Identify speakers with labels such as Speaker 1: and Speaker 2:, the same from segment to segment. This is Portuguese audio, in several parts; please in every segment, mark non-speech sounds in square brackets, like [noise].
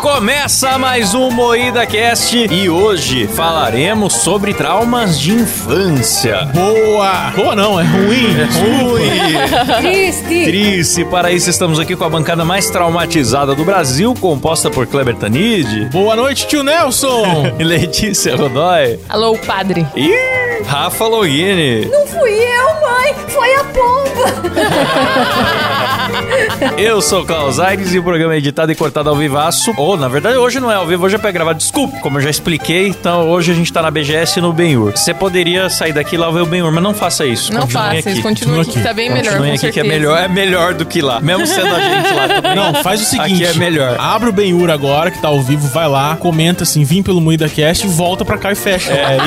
Speaker 1: Começa mais um Moída Cast e hoje falaremos sobre traumas de infância.
Speaker 2: Boa! Boa não, é ruim.
Speaker 1: Ui,
Speaker 3: Triste.
Speaker 1: triste, para isso estamos aqui com a bancada mais traumatizada do Brasil, composta por Kleber Tanid
Speaker 2: Boa noite, tio Nelson!
Speaker 1: e [laughs] Letícia Godoy
Speaker 3: Alô, padre.
Speaker 1: e Rafa Logini.
Speaker 3: Não fui eu, mãe. Foi a pomba.
Speaker 1: Eu sou o Klaus Aires e o programa é editado e cortado ao vivaço. Ou, na verdade, hoje não é ao vivo, hoje é pra gravar. Desculpa, como eu já expliquei, então hoje a gente tá na BGS e no Benhur. Você poderia sair daqui e lá ver o Benhur, mas não faça isso.
Speaker 4: Não
Speaker 1: Continue
Speaker 4: faça
Speaker 1: aqui.
Speaker 4: isso, continua aqui, que tá bem melhor,
Speaker 1: Continue
Speaker 4: com
Speaker 1: aqui
Speaker 4: certeza.
Speaker 1: que é melhor, é melhor do que lá. Mesmo sendo a gente lá também.
Speaker 2: Não,
Speaker 1: [laughs]
Speaker 2: faz o seguinte.
Speaker 1: Aqui é melhor.
Speaker 2: Abre o Benhur agora, que tá ao vivo, vai lá, comenta assim, vim pelo Moída Cast, volta pra cá e fecha.
Speaker 1: É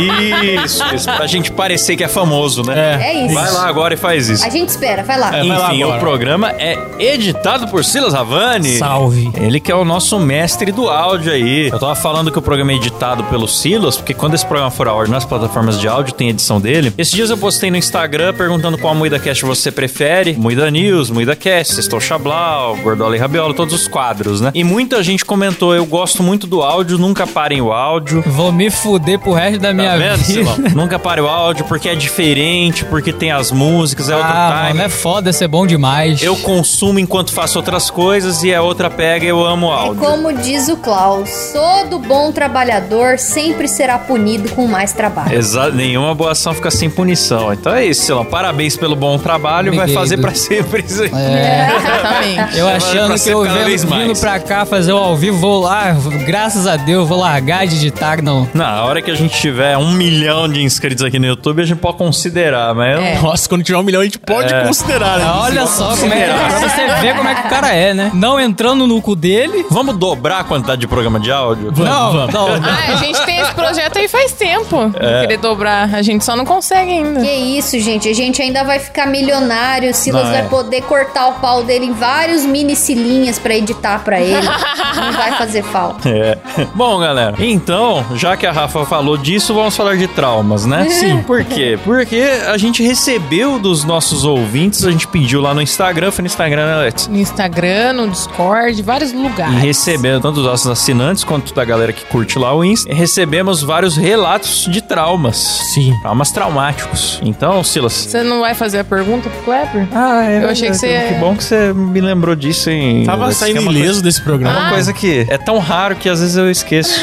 Speaker 1: isso, isso. Pra gente parecer que é famoso, né?
Speaker 2: É.
Speaker 3: É isso.
Speaker 1: Vai lá agora e faz isso.
Speaker 3: A gente espera, vai lá.
Speaker 2: É. vai lá
Speaker 1: Enfim, o
Speaker 2: agora.
Speaker 1: programa é editado por Silas Havani.
Speaker 5: Salve.
Speaker 1: Ele que é o nosso mestre do áudio aí. Eu tava falando que o programa é editado pelo Silas, porque quando esse programa for ao ar nas plataformas de áudio, tem edição dele. Esses dias eu postei no Instagram perguntando qual Moída Cast você prefere. Moída News, Moída Cast, Sextou Chablau, Gordola e Rabiola, todos os quadros, né? E muita gente comentou, eu gosto muito do áudio, nunca parem o áudio.
Speaker 5: Vou me fuder pro resto da minha
Speaker 1: Tá vendo,
Speaker 5: vida.
Speaker 1: Silão? Nunca pare o áudio, porque é diferente, porque tem as músicas, é outro
Speaker 5: Ah,
Speaker 1: time.
Speaker 5: mano, é foda ser bom demais.
Speaker 1: Eu consumo enquanto faço outras coisas e a outra pega eu amo o
Speaker 3: E
Speaker 1: áudio.
Speaker 3: como diz o Klaus, todo bom trabalhador sempre será punido com mais trabalho.
Speaker 1: Exato, nenhuma boa ação fica sem punição. Então é isso, Silão. Parabéns pelo bom trabalho. Vai
Speaker 5: Obrigado.
Speaker 1: fazer pra sempre isso aí.
Speaker 5: É.
Speaker 4: Exatamente.
Speaker 5: Eu
Speaker 1: Vai pra
Speaker 5: achando que
Speaker 1: ser
Speaker 5: eu
Speaker 1: cada
Speaker 5: vendo-
Speaker 1: vez
Speaker 5: vindo
Speaker 1: mais.
Speaker 5: pra cá fazer o ao vivo, vou lá, graças a Deus, vou largar de editar, não.
Speaker 1: Na hora que a gente tiver um milhão de inscritos aqui no YouTube, a gente pode considerar, mas eu não-
Speaker 2: Nossa, quando tiver um milhão, a gente pode considerar, né?
Speaker 5: Olha só como é que pra você ver como é que o cara é, né? Não entrando no cu dele.
Speaker 1: Vamos dobrar a quantidade de programa de áudio?
Speaker 5: não,
Speaker 2: vamos.
Speaker 5: não, não.
Speaker 4: Ah, a gente tem esse projeto aí faz tempo. de Querer dobrar. A gente só não consegue ainda.
Speaker 1: É.
Speaker 3: Que isso, gente. A gente ainda vai ficar milionário. O Silas
Speaker 1: Não,
Speaker 3: vai
Speaker 1: é.
Speaker 3: poder cortar o pau dele em vários minicilinhas pra editar pra ele. Não vai fazer falta.
Speaker 1: [laughs] [laughs] É. Bom, galera, então, já que a Rafa falou disso, vamos falar de traumas, né? Sim. Por quê? Porque a gente recebeu dos nossos ouvintes, a gente pediu lá no Instagram, foi no Instagram, né, Let's?
Speaker 4: No Instagram, no Discord, vários
Speaker 1: E
Speaker 4: lugares.
Speaker 1: recebendo tanto dos nossos assinantes quanto da galera que curte lá o Insta, recebemos vários relatos de traumas.
Speaker 2: Sim.
Speaker 1: Traumas traumáticos. Então, Silas.
Speaker 4: Você não vai fazer a pergunta pro Kleber?
Speaker 1: Ah, é
Speaker 4: Eu achei que você-
Speaker 1: Que bom que você me lembrou disso, hein?
Speaker 2: Tava
Speaker 1: Isso que
Speaker 2: saindo
Speaker 1: é uma coisa-
Speaker 2: ileso desse
Speaker 1: é
Speaker 4: Ah.
Speaker 2: programa.
Speaker 1: uma coisa que é tão raro que às vezes eu
Speaker 4: [laughs]
Speaker 1: esqueço.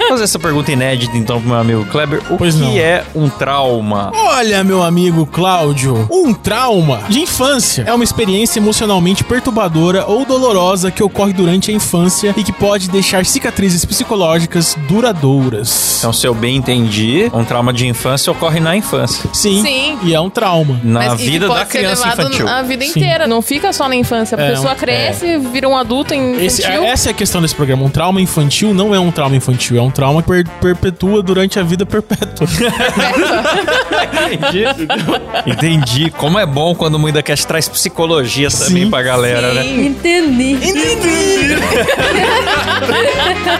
Speaker 1: Vou fazer essa pergunta inédita então pro meu amigo Kleber. O
Speaker 2: Pois
Speaker 1: que
Speaker 2: não.
Speaker 1: é um trauma?
Speaker 2: Olha, meu amigo Cláudio, um trauma de infância é uma experiência emocionalmente perturbadora ou dolorosa que ocorre durante a infância e que pode deixar cicatrizes psicológicas duradouras.
Speaker 1: Então, se eu bem entendi, um trauma de infância ocorre na infância.
Speaker 2: Sim,
Speaker 4: Sim.
Speaker 2: E é um trauma.
Speaker 1: Na
Speaker 4: Mas isso
Speaker 1: vida
Speaker 4: pode
Speaker 1: da criança
Speaker 4: ser levado
Speaker 1: infantil.
Speaker 4: A vida
Speaker 2: Sim.
Speaker 4: inteira. Não fica só na infância. A
Speaker 2: É,
Speaker 4: pessoa
Speaker 2: um-
Speaker 4: cresce, vira um adulto infantil.
Speaker 2: Esse- essa é a questão desse programa. Um trauma infantil não é um trauma infantil, é um trauma que per- perpetua durante a vida perpétua.
Speaker 1: [laughs] Entendi. [laughs] Entendi. Como é bom quando o Muida Cash traz psicologia também
Speaker 2: Sim.
Speaker 1: pra galera, né?
Speaker 4: Sim.
Speaker 3: Entendi.
Speaker 1: [laughs]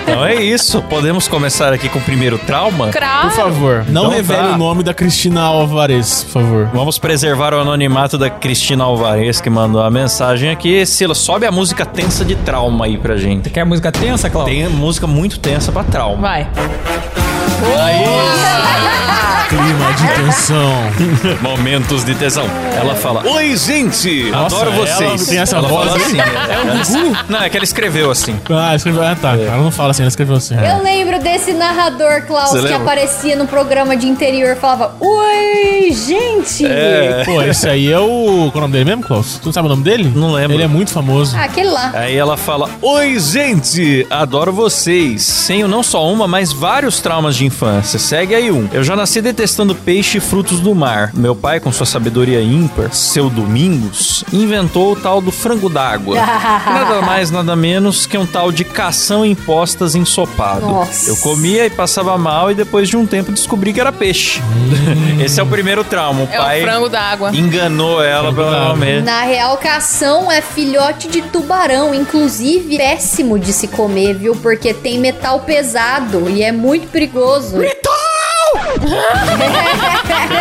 Speaker 1: Então é isso. Podemos começar aqui com o primeiro trauma?
Speaker 4: Claro.
Speaker 2: Por favor, não
Speaker 1: Então
Speaker 2: revele
Speaker 1: tá.
Speaker 2: o nome da Cristina Alvarez, por favor.
Speaker 1: Vamos preservar o anonimato da Cristina Alvarez, que mandou a mensagem aqui. Sila, sobe a música tensa de trauma aí pra gente.
Speaker 5: Quer música tensa, Cláudio?
Speaker 1: Tem música muito tensa pra trauma.
Speaker 4: Vai.
Speaker 2: Clima de [laughs] tensão.
Speaker 1: Momentos de tesão. Ela fala: Oi, gente!
Speaker 2: Nossa,
Speaker 1: Adoro
Speaker 2: ela
Speaker 1: vocês.
Speaker 2: tem essa um
Speaker 1: Ela
Speaker 2: voz,
Speaker 1: fala
Speaker 2: hein?
Speaker 1: assim. ela- Não, é que ela escreveu assim.
Speaker 2: Ah, escreveu. Ah, tá. Ela não fala assim, ela escreveu assim.
Speaker 3: Eu lembro desse narrador, Klaus,
Speaker 1: É. Você
Speaker 3: que
Speaker 1: lembra?
Speaker 3: aparecia no programa de interior e falava: Oi, gente!
Speaker 1: É.
Speaker 2: Pô, esse aí é o. Qual é o nome dele mesmo, Klaus? Tu não sabe o nome dele?
Speaker 1: Não lembro.
Speaker 2: Ele é muito famoso.
Speaker 3: Ah, aquele lá.
Speaker 1: Aí ela fala: Oi, gente! Adoro vocês. Tenho não só uma, mas vários traumas de infância. Segue aí um. Eu já nasci detestando peixe e frutos do mar. Meu pai, com sua sabedoria ímpar, seu Domingos, inventou o tal do frango d'água. nada mais, nada menos que um tal de cação impostas ensopado.
Speaker 3: Nossa.
Speaker 1: Eu comia e passava mal, e depois de um tempo descobri que era
Speaker 2: [laughs]
Speaker 1: peixe. Esse é o primeiro trauma. O
Speaker 4: É
Speaker 1: pai
Speaker 4: o frango da água.
Speaker 1: enganou ela,
Speaker 2: Frango d'água.
Speaker 1: provavelmente.
Speaker 3: Na real, cação é filhote de tubarão, inclusive péssimo de se comer, viu? Porque tem metal pesado e é muito perigoso.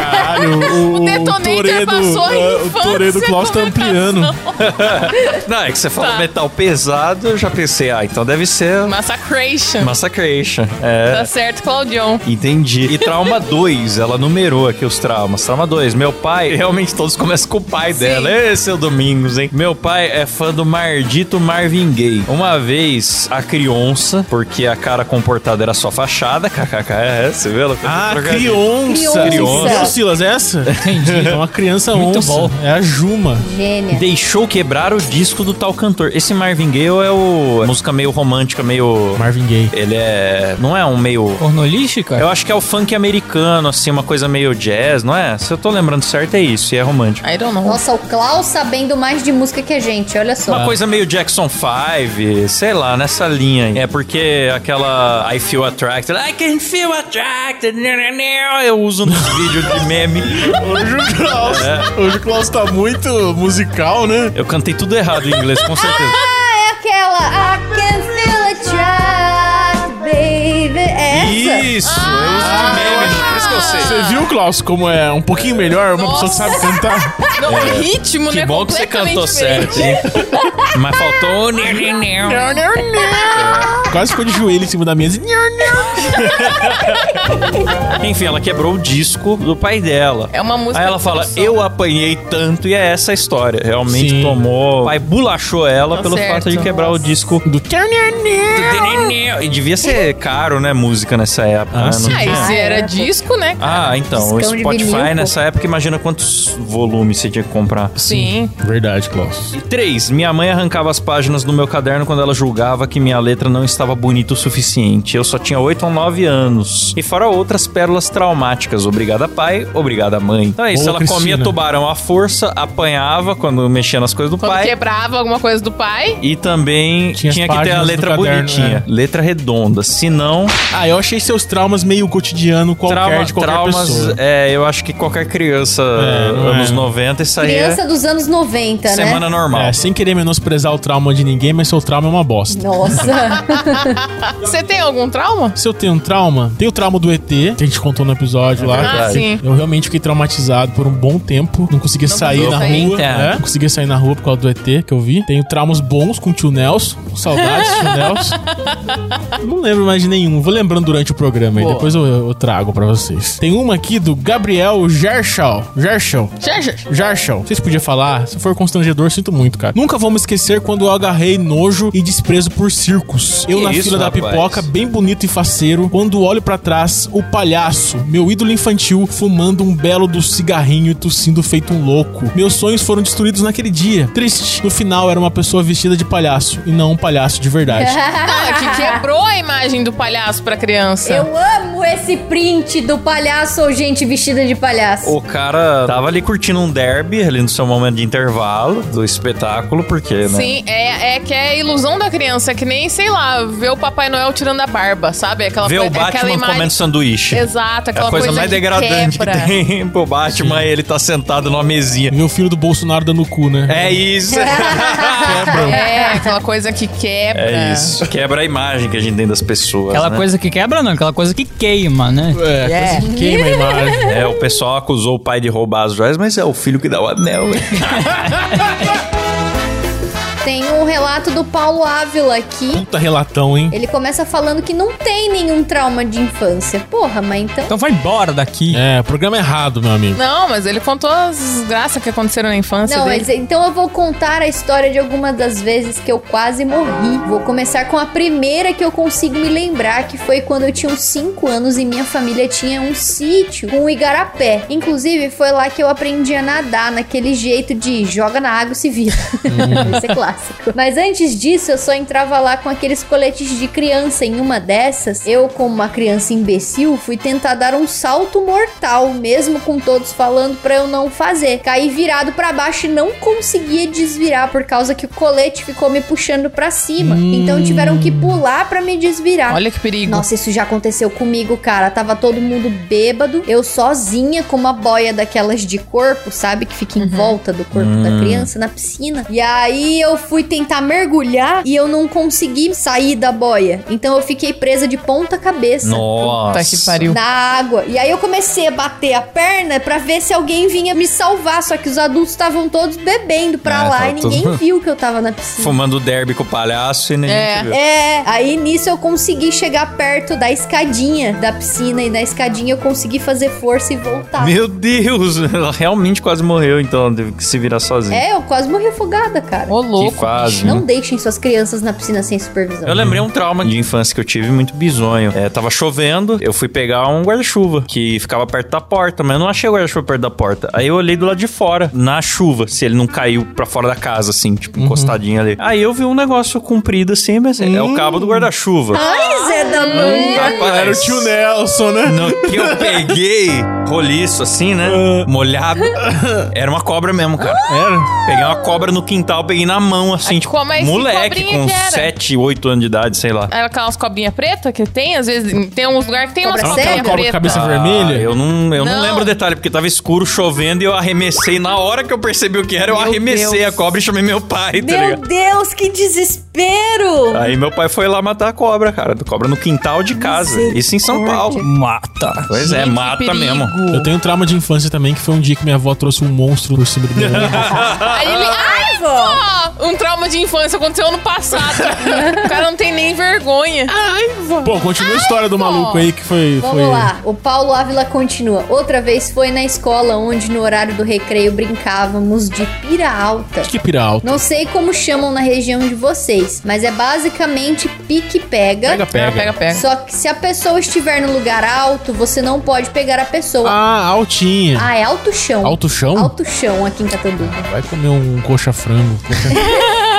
Speaker 2: Caralho, o,
Speaker 4: O detonante abraçou a
Speaker 2: ah, o
Speaker 4: infância
Speaker 2: Toredo Klaus
Speaker 4: como
Speaker 2: Tampliano.
Speaker 1: Não, é que você fala
Speaker 4: Tá.
Speaker 1: metal pesado, eu já pensei, ah, então deve ser
Speaker 4: Massacration.
Speaker 1: Massacration. É.
Speaker 4: Tá certo, Claudion.
Speaker 1: Entendi. E trauma 2, ela numerou aqui os traumas. Trauma 2, meu pai, realmente todos começam com o pai dela. Ê, seu Domingos, hein? Meu pai é fã do maldito Marvin Gaye. Uma vez, a criança, porque a cara comportada era só fachada, [laughs] kkk, é, você viu? Ela fez
Speaker 2: Ah,
Speaker 1: um trocadilho.
Speaker 2: criança.
Speaker 3: Criança.
Speaker 2: Viu, Silas, essa? Entendi. É uma criança
Speaker 5: Muito
Speaker 2: onça.
Speaker 5: bom.
Speaker 2: É a Juma.
Speaker 3: [laughs] Gênia.
Speaker 1: Deixou quebrar o disco do tal cantor. Esse Marvin Gaye é o... música meio romântica, meio...
Speaker 2: Marvin Gaye.
Speaker 1: Ele é... não é um meio...
Speaker 5: Pornolística?
Speaker 1: Eu acho que é o funk americano, assim, uma coisa meio jazz, não é? Se eu tô lembrando certo, é isso, e é romântico.
Speaker 4: I don't know.
Speaker 3: Nossa, o Klaus sabendo mais de música que a gente, olha só.
Speaker 1: Uma coisa meio Jackson 5, sei lá, nessa linha aí. É porque aquela I feel attracted, I can feel attracted, né, né, né, eu uso nos vídeos de meme.
Speaker 2: Hoje o Klaus.
Speaker 1: É.
Speaker 2: Hoje o Klaus tá muito musical, né?
Speaker 1: Eu cantei tudo errado em inglês, com certeza.
Speaker 3: Ah, é aquela. I can feel a child, baby. É Essa.
Speaker 1: Isso, eu uso de meme, por isso que eu sei.
Speaker 2: Você viu, Klaus, como é um pouquinho melhor uma
Speaker 4: Nossa.
Speaker 2: pessoa que sabe cantar?
Speaker 4: Não, o ritmo,
Speaker 1: É. Que
Speaker 4: né?
Speaker 1: bom que você
Speaker 4: completamente
Speaker 1: cantou
Speaker 4: diferente.
Speaker 1: certo, hein? [laughs] Mas faltou... o né, né, né.
Speaker 4: Não, não, não.
Speaker 2: Quase ficou de joelho em cima da mesa.
Speaker 1: Enfim, ela quebrou o disco do pai dela.
Speaker 4: É uma música.
Speaker 1: Aí ela fala,
Speaker 4: que
Speaker 1: eu apanhei tanto e é essa a história. Realmente
Speaker 2: Sim.
Speaker 1: tomou. Pai bulachou ela
Speaker 4: Tá
Speaker 1: pelo
Speaker 4: certo.
Speaker 1: fato de quebrar o disco do. E devia ser caro, né? Música nessa época.
Speaker 2: Ah,
Speaker 1: né?
Speaker 2: sim.
Speaker 4: Ah,
Speaker 1: tinha-
Speaker 4: e se
Speaker 3: Ah,
Speaker 4: era
Speaker 3: é, pô.
Speaker 4: disco, né?
Speaker 1: Ah, então. O
Speaker 3: Discão de vinil,
Speaker 1: Spotify
Speaker 3: pô.
Speaker 1: nessa época, imagina quantos volumes você tinha que comprar.
Speaker 4: Sim.
Speaker 2: Verdade, Klaus.
Speaker 1: E Três, minha mãe arrancava as páginas do meu caderno quando ela julgava que minha letra não estava bonita o suficiente. Eu só tinha oito ou nove anos. E fora outras pérolas traumáticas. Obrigada, pai. Obrigada, mãe. Então é isso.
Speaker 2: Boa,
Speaker 1: ela
Speaker 2: Cristina.
Speaker 1: comia tubarão à força, apanhava quando mexia nas coisas do
Speaker 4: Quando
Speaker 1: pai.
Speaker 3: é-
Speaker 4: quebrava alguma coisa do pai.
Speaker 1: E também
Speaker 2: Tinha
Speaker 1: tinha,
Speaker 2: as
Speaker 1: que ter a
Speaker 2: páginas do
Speaker 1: letra
Speaker 2: caderno, né?
Speaker 1: bonitinha. Letra redonda. Se não,
Speaker 2: Ah, eu achei seus traumas meio cotidiano qualquer
Speaker 1: trauma-
Speaker 2: de qualquer
Speaker 1: traumas.
Speaker 2: pessoa.
Speaker 1: É, eu acho que qualquer criança
Speaker 2: É, não
Speaker 1: anos
Speaker 2: é.
Speaker 1: 90, isso aí
Speaker 3: Criança dos anos 90,
Speaker 1: é semana
Speaker 3: né?
Speaker 1: normal.
Speaker 2: É, sem querer menosprezar o trauma de ninguém, mas seu trauma é uma bosta.
Speaker 3: Nossa.
Speaker 4: Você tem algum trauma?
Speaker 2: Se eu tenho um trauma, tem o trauma do ET, que a gente contou no episódio lá.
Speaker 4: Ah,
Speaker 1: Verdade.
Speaker 4: sim.
Speaker 2: Eu realmente fiquei traumatizado por um bom tempo. Não conseguia sair
Speaker 4: conseguiu
Speaker 2: na
Speaker 4: sair.
Speaker 2: rua.
Speaker 1: Eita.
Speaker 2: né? Não conseguia sair na rua por causa do ET que eu vi. Tenho traumas bons com o tio Nelson. Saudades,
Speaker 4: [laughs]
Speaker 2: tio Nelson. Não lembro mais de nenhum. Vou lembrando durante o programa aí.
Speaker 4: Boa.
Speaker 2: Depois eu, eu trago pra vocês. Tem uma aqui do Gabriel Gershal. Gershal.
Speaker 4: Já, já.
Speaker 2: Jarchão, vocês podiam falar? Se for constrangedor, sinto muito, cara. Nunca vou me esquecer quando eu agarrei nojo e desprezo por circos. Eu
Speaker 1: Que
Speaker 2: na
Speaker 1: isso,
Speaker 2: fila da
Speaker 1: rapaz?
Speaker 2: pipoca, bem bonito e faceiro. Quando olho pra trás, o palhaço, meu ídolo infantil, fumando um belo do cigarrinho e tossindo feito um louco. Meus sonhos foram destruídos naquele dia. Triste. No final, era uma pessoa vestida de palhaço e não um palhaço de verdade.
Speaker 3: [laughs]
Speaker 4: Ah, que quebrou a imagem do palhaço pra criança.
Speaker 3: Eu amo esse print do palhaço ou gente vestida de palhaço.
Speaker 1: O cara tava ali curtindo um derby ali no seu momento de intervalo do espetáculo, porque, né?
Speaker 4: Sim, é, é que é a ilusão da criança, é que nem, sei lá, ver o Papai Noel tirando a barba, sabe? Aquela,
Speaker 1: Ver o
Speaker 4: coi- é aquela
Speaker 1: Batman
Speaker 4: imagem.
Speaker 1: comendo sanduíche.
Speaker 4: Exato,
Speaker 1: É a
Speaker 4: aquela
Speaker 1: coisa, mais
Speaker 4: que
Speaker 1: degradante
Speaker 4: quebra.
Speaker 1: que tem [laughs] pro Batman, ele tá sentado numa mesinha.
Speaker 2: Meu filho do Bolsonaro dando cu, né?
Speaker 1: É isso.
Speaker 4: [laughs] É, aquela coisa que quebra.
Speaker 1: É isso. Quebra a imagem que a gente tem das pessoas.
Speaker 5: Aquela
Speaker 1: né?
Speaker 5: coisa que quebra, não. Aquela coisa que queima, né?
Speaker 2: É,
Speaker 4: É.
Speaker 2: coisa que queima a imagem.
Speaker 1: É, o pessoal acusou o pai de roubar as joias, mas é o filho que dá o anel. hein?
Speaker 3: Tem um relato do Paulo Ávila aqui.
Speaker 2: Puta relatão, hein?
Speaker 3: Ele começa falando que não tem nenhum trauma de infância. Porra, mas então.
Speaker 5: Então vai embora daqui.
Speaker 2: É, programa errado, meu
Speaker 4: [laughs]
Speaker 2: amigo.
Speaker 4: Não, mas ele contou as desgraças que aconteceram na infância
Speaker 3: Não,
Speaker 4: dele.
Speaker 3: mas então eu vou contar a história de algumas das vezes que eu quase morri. Vou começar com a primeira que eu consigo me lembrar, que foi quando eu tinha uns 5 anos e minha família tinha um sítio com um igarapé. Inclusive, foi lá que eu aprendi a nadar, naquele jeito de joga na água e se vira. [laughs] Esse é clássico. Mas antes disso, eu só entrava lá com aqueles coletes de criança. Em uma dessas, eu, como uma criança imbecil, fui tentar dar um salto mortal, mesmo com todos falando pra eu não fazer. Caí virado pra baixo e não conseguia desvirar por causa que o colete ficou me puxando pra cima. Então tiveram que pular pra me desvirar.
Speaker 4: Olha que perigo.
Speaker 3: Ah, Nossa, isso já aconteceu comigo, cara. Tava todo mundo bêbado, eu sozinha com uma boia daquelas
Speaker 1: Hum.
Speaker 3: de corpo, sabe? Que fica em volta do corpo da criança na piscina. E aí eu fui tentar tentar mergulhar e eu não consegui sair da boia. Então eu fiquei presa de ponta cabeça.
Speaker 1: [laughs] Nossa.
Speaker 4: Puta que pariu.
Speaker 3: Na água. E aí eu comecei a bater a perna pra ver se alguém vinha me salvar. Só que os adultos estavam todos bebendo pra
Speaker 1: Ah,
Speaker 3: lá
Speaker 1: tá
Speaker 3: e ninguém
Speaker 1: tudo-
Speaker 3: viu que eu tava na piscina.
Speaker 1: Fumando derby com o palhaço e nem.
Speaker 4: É.
Speaker 1: viu.
Speaker 3: É, aí nisso eu consegui chegar perto da escadinha da piscina e na escadinha eu consegui fazer força e
Speaker 4: é.
Speaker 3: voltar.
Speaker 1: Meu Deus, [laughs] ela realmente quase morreu, então teve que se virar sozinha.
Speaker 3: É, eu quase morri afogada, cara.
Speaker 4: Ô,
Speaker 1: que
Speaker 4: louco.
Speaker 1: fase. né?
Speaker 3: Não deixem suas crianças na piscina sem supervisão.
Speaker 1: Eu lembrei um trauma de infância que eu tive muito bizonho. É, tava chovendo, eu fui pegar um guarda-chuva que ficava perto da porta, mas eu não achei o guarda-chuva perto da porta. Aí eu olhei do lado de fora, na chuva, se ele não caiu pra fora da casa, assim, tipo, encostadinho ali. Aí eu vi um negócio comprido assim, mas é o cabo do guarda-chuva. Tá,
Speaker 3: Ai, Zé da mãe.
Speaker 1: Rapaz,
Speaker 2: Era o tio Nelson, né?
Speaker 1: No é? que eu peguei, roliço assim, né? [laughs] Molhado. Era uma cobra mesmo, cara.
Speaker 2: Era.
Speaker 1: Peguei uma cobra no quintal, peguei na mão, assim, tipo,
Speaker 4: como é esse
Speaker 1: moleque
Speaker 4: cobrinha
Speaker 1: com
Speaker 4: que era?
Speaker 1: 7, 8 anos de idade, sei lá.
Speaker 4: Era aquelas cobrinhas pretas que tem, às vezes tem uns lugares que tem umas
Speaker 3: Cobra
Speaker 4: cobrinhas
Speaker 2: Cobra
Speaker 3: cega?
Speaker 4: pretas.
Speaker 2: com cabeça
Speaker 1: Ah,
Speaker 2: vermelha?
Speaker 1: Eu não, eu não.
Speaker 4: Não.
Speaker 1: lembro o detalhe, porque tava escuro, chovendo, e eu arremessei. Na hora que eu percebi o que era, eu
Speaker 4: Meu
Speaker 1: arremessei
Speaker 4: Deus.
Speaker 1: a cobra e chamei meu pai, tá
Speaker 3: Meu
Speaker 1: ligado?
Speaker 3: Deus, que desespero!
Speaker 1: Aí meu pai foi lá matar a cobra, cara. Cobra no quintal de casa. Isso em São Paulo.
Speaker 5: Mata.
Speaker 1: Pois é,
Speaker 4: Gente, que
Speaker 1: mata
Speaker 4: perigo.
Speaker 1: mesmo.
Speaker 2: Eu tenho um trauma de infância também, que foi um dia que minha avó trouxe um monstro por cima do meu ombro.
Speaker 4: Aí ele, ai,
Speaker 3: Ah, vó.
Speaker 4: vó! Um trauma de infância aconteceu ano
Speaker 3: [laughs]
Speaker 4: passado. o cara não tem nem vergonha.
Speaker 3: Ah.
Speaker 4: Ai, vó.
Speaker 2: Pô, continua a história do maluco aí que foi.
Speaker 3: Vamos
Speaker 2: foi...
Speaker 3: lá, o Paulo Ávila continua. Outra vez foi na escola onde no horário do recreio brincávamos de pira alta.
Speaker 2: Acho que pira alto.
Speaker 3: Não sei como chamam na região de vocês, mas é basicamente pique-pega.
Speaker 4: Pega, pega, pega.
Speaker 3: Só que se a pessoa estiver no lugar alto, você não pode pegar a pessoa. Ah,
Speaker 2: Ah, altinha.
Speaker 3: é alto chão.
Speaker 2: Alto chão?
Speaker 3: Alto chão aqui em Catanduva.
Speaker 2: Vai comer um coxa frango.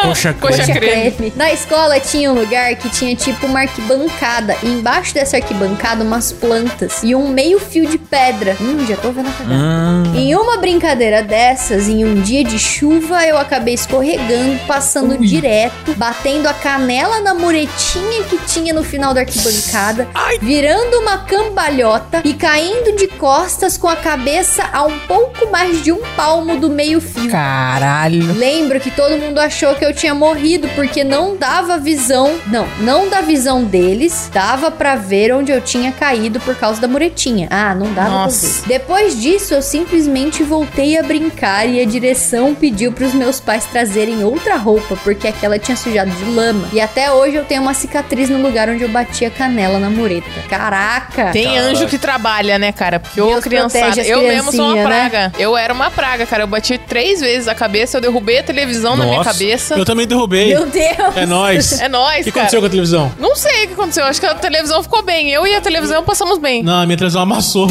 Speaker 2: Coxa, coxa,
Speaker 4: Coxa
Speaker 2: creme.
Speaker 4: creme.
Speaker 3: Na escola tinha um lugar que tinha tipo uma arquibancada. E embaixo dessa arquibancada, umas plantas. E um meio fio de pedra. Hum, já tô vendo a cagada.
Speaker 1: Hum,
Speaker 3: Em uma brincadeira dessas, em um dia de chuva, eu acabei escorregando, passando direto, batendo a canela na muretinha que tinha no final da arquibancada, virando uma cambalhota e caindo de costas com a cabeça a um pouco mais de um palmo do meio-fio.
Speaker 4: Caralho.
Speaker 3: Lembro que todo mundo achou que eu tinha morrido porque não dava visão, não, não da visão deles, dava pra ver onde eu tinha caído por causa da muretinha. Ah, não dava
Speaker 4: Nossa.
Speaker 3: pra ver. Depois disso, eu simplesmente voltei a brincar e a direção pediu pros meus pais trazerem outra roupa porque aquela tinha sujado de lama. E até hoje eu tenho uma cicatriz no lugar onde eu bati a canela na mureta. Caraca!
Speaker 4: Tem anjo que trabalha, né, cara? Porque eu,
Speaker 3: Deus protege
Speaker 4: criançada,
Speaker 3: as
Speaker 4: eu mesmo sou uma
Speaker 3: criancinhas, né?
Speaker 4: praga. Eu era uma praga, cara. Eu bati três vezes a cabeça, eu derrubei a televisão na minha
Speaker 1: Nossa.
Speaker 4: cabeça.
Speaker 2: Eu também derrubei.
Speaker 3: Meu Deus!
Speaker 2: É nóis.
Speaker 4: É
Speaker 2: O
Speaker 4: nóis,
Speaker 2: que
Speaker 4: cara.
Speaker 2: aconteceu com a televisão?
Speaker 4: Não sei o que aconteceu. Acho que a televisão ficou bem. Eu e a televisão passamos bem.
Speaker 2: Não, a minha televisão amassou.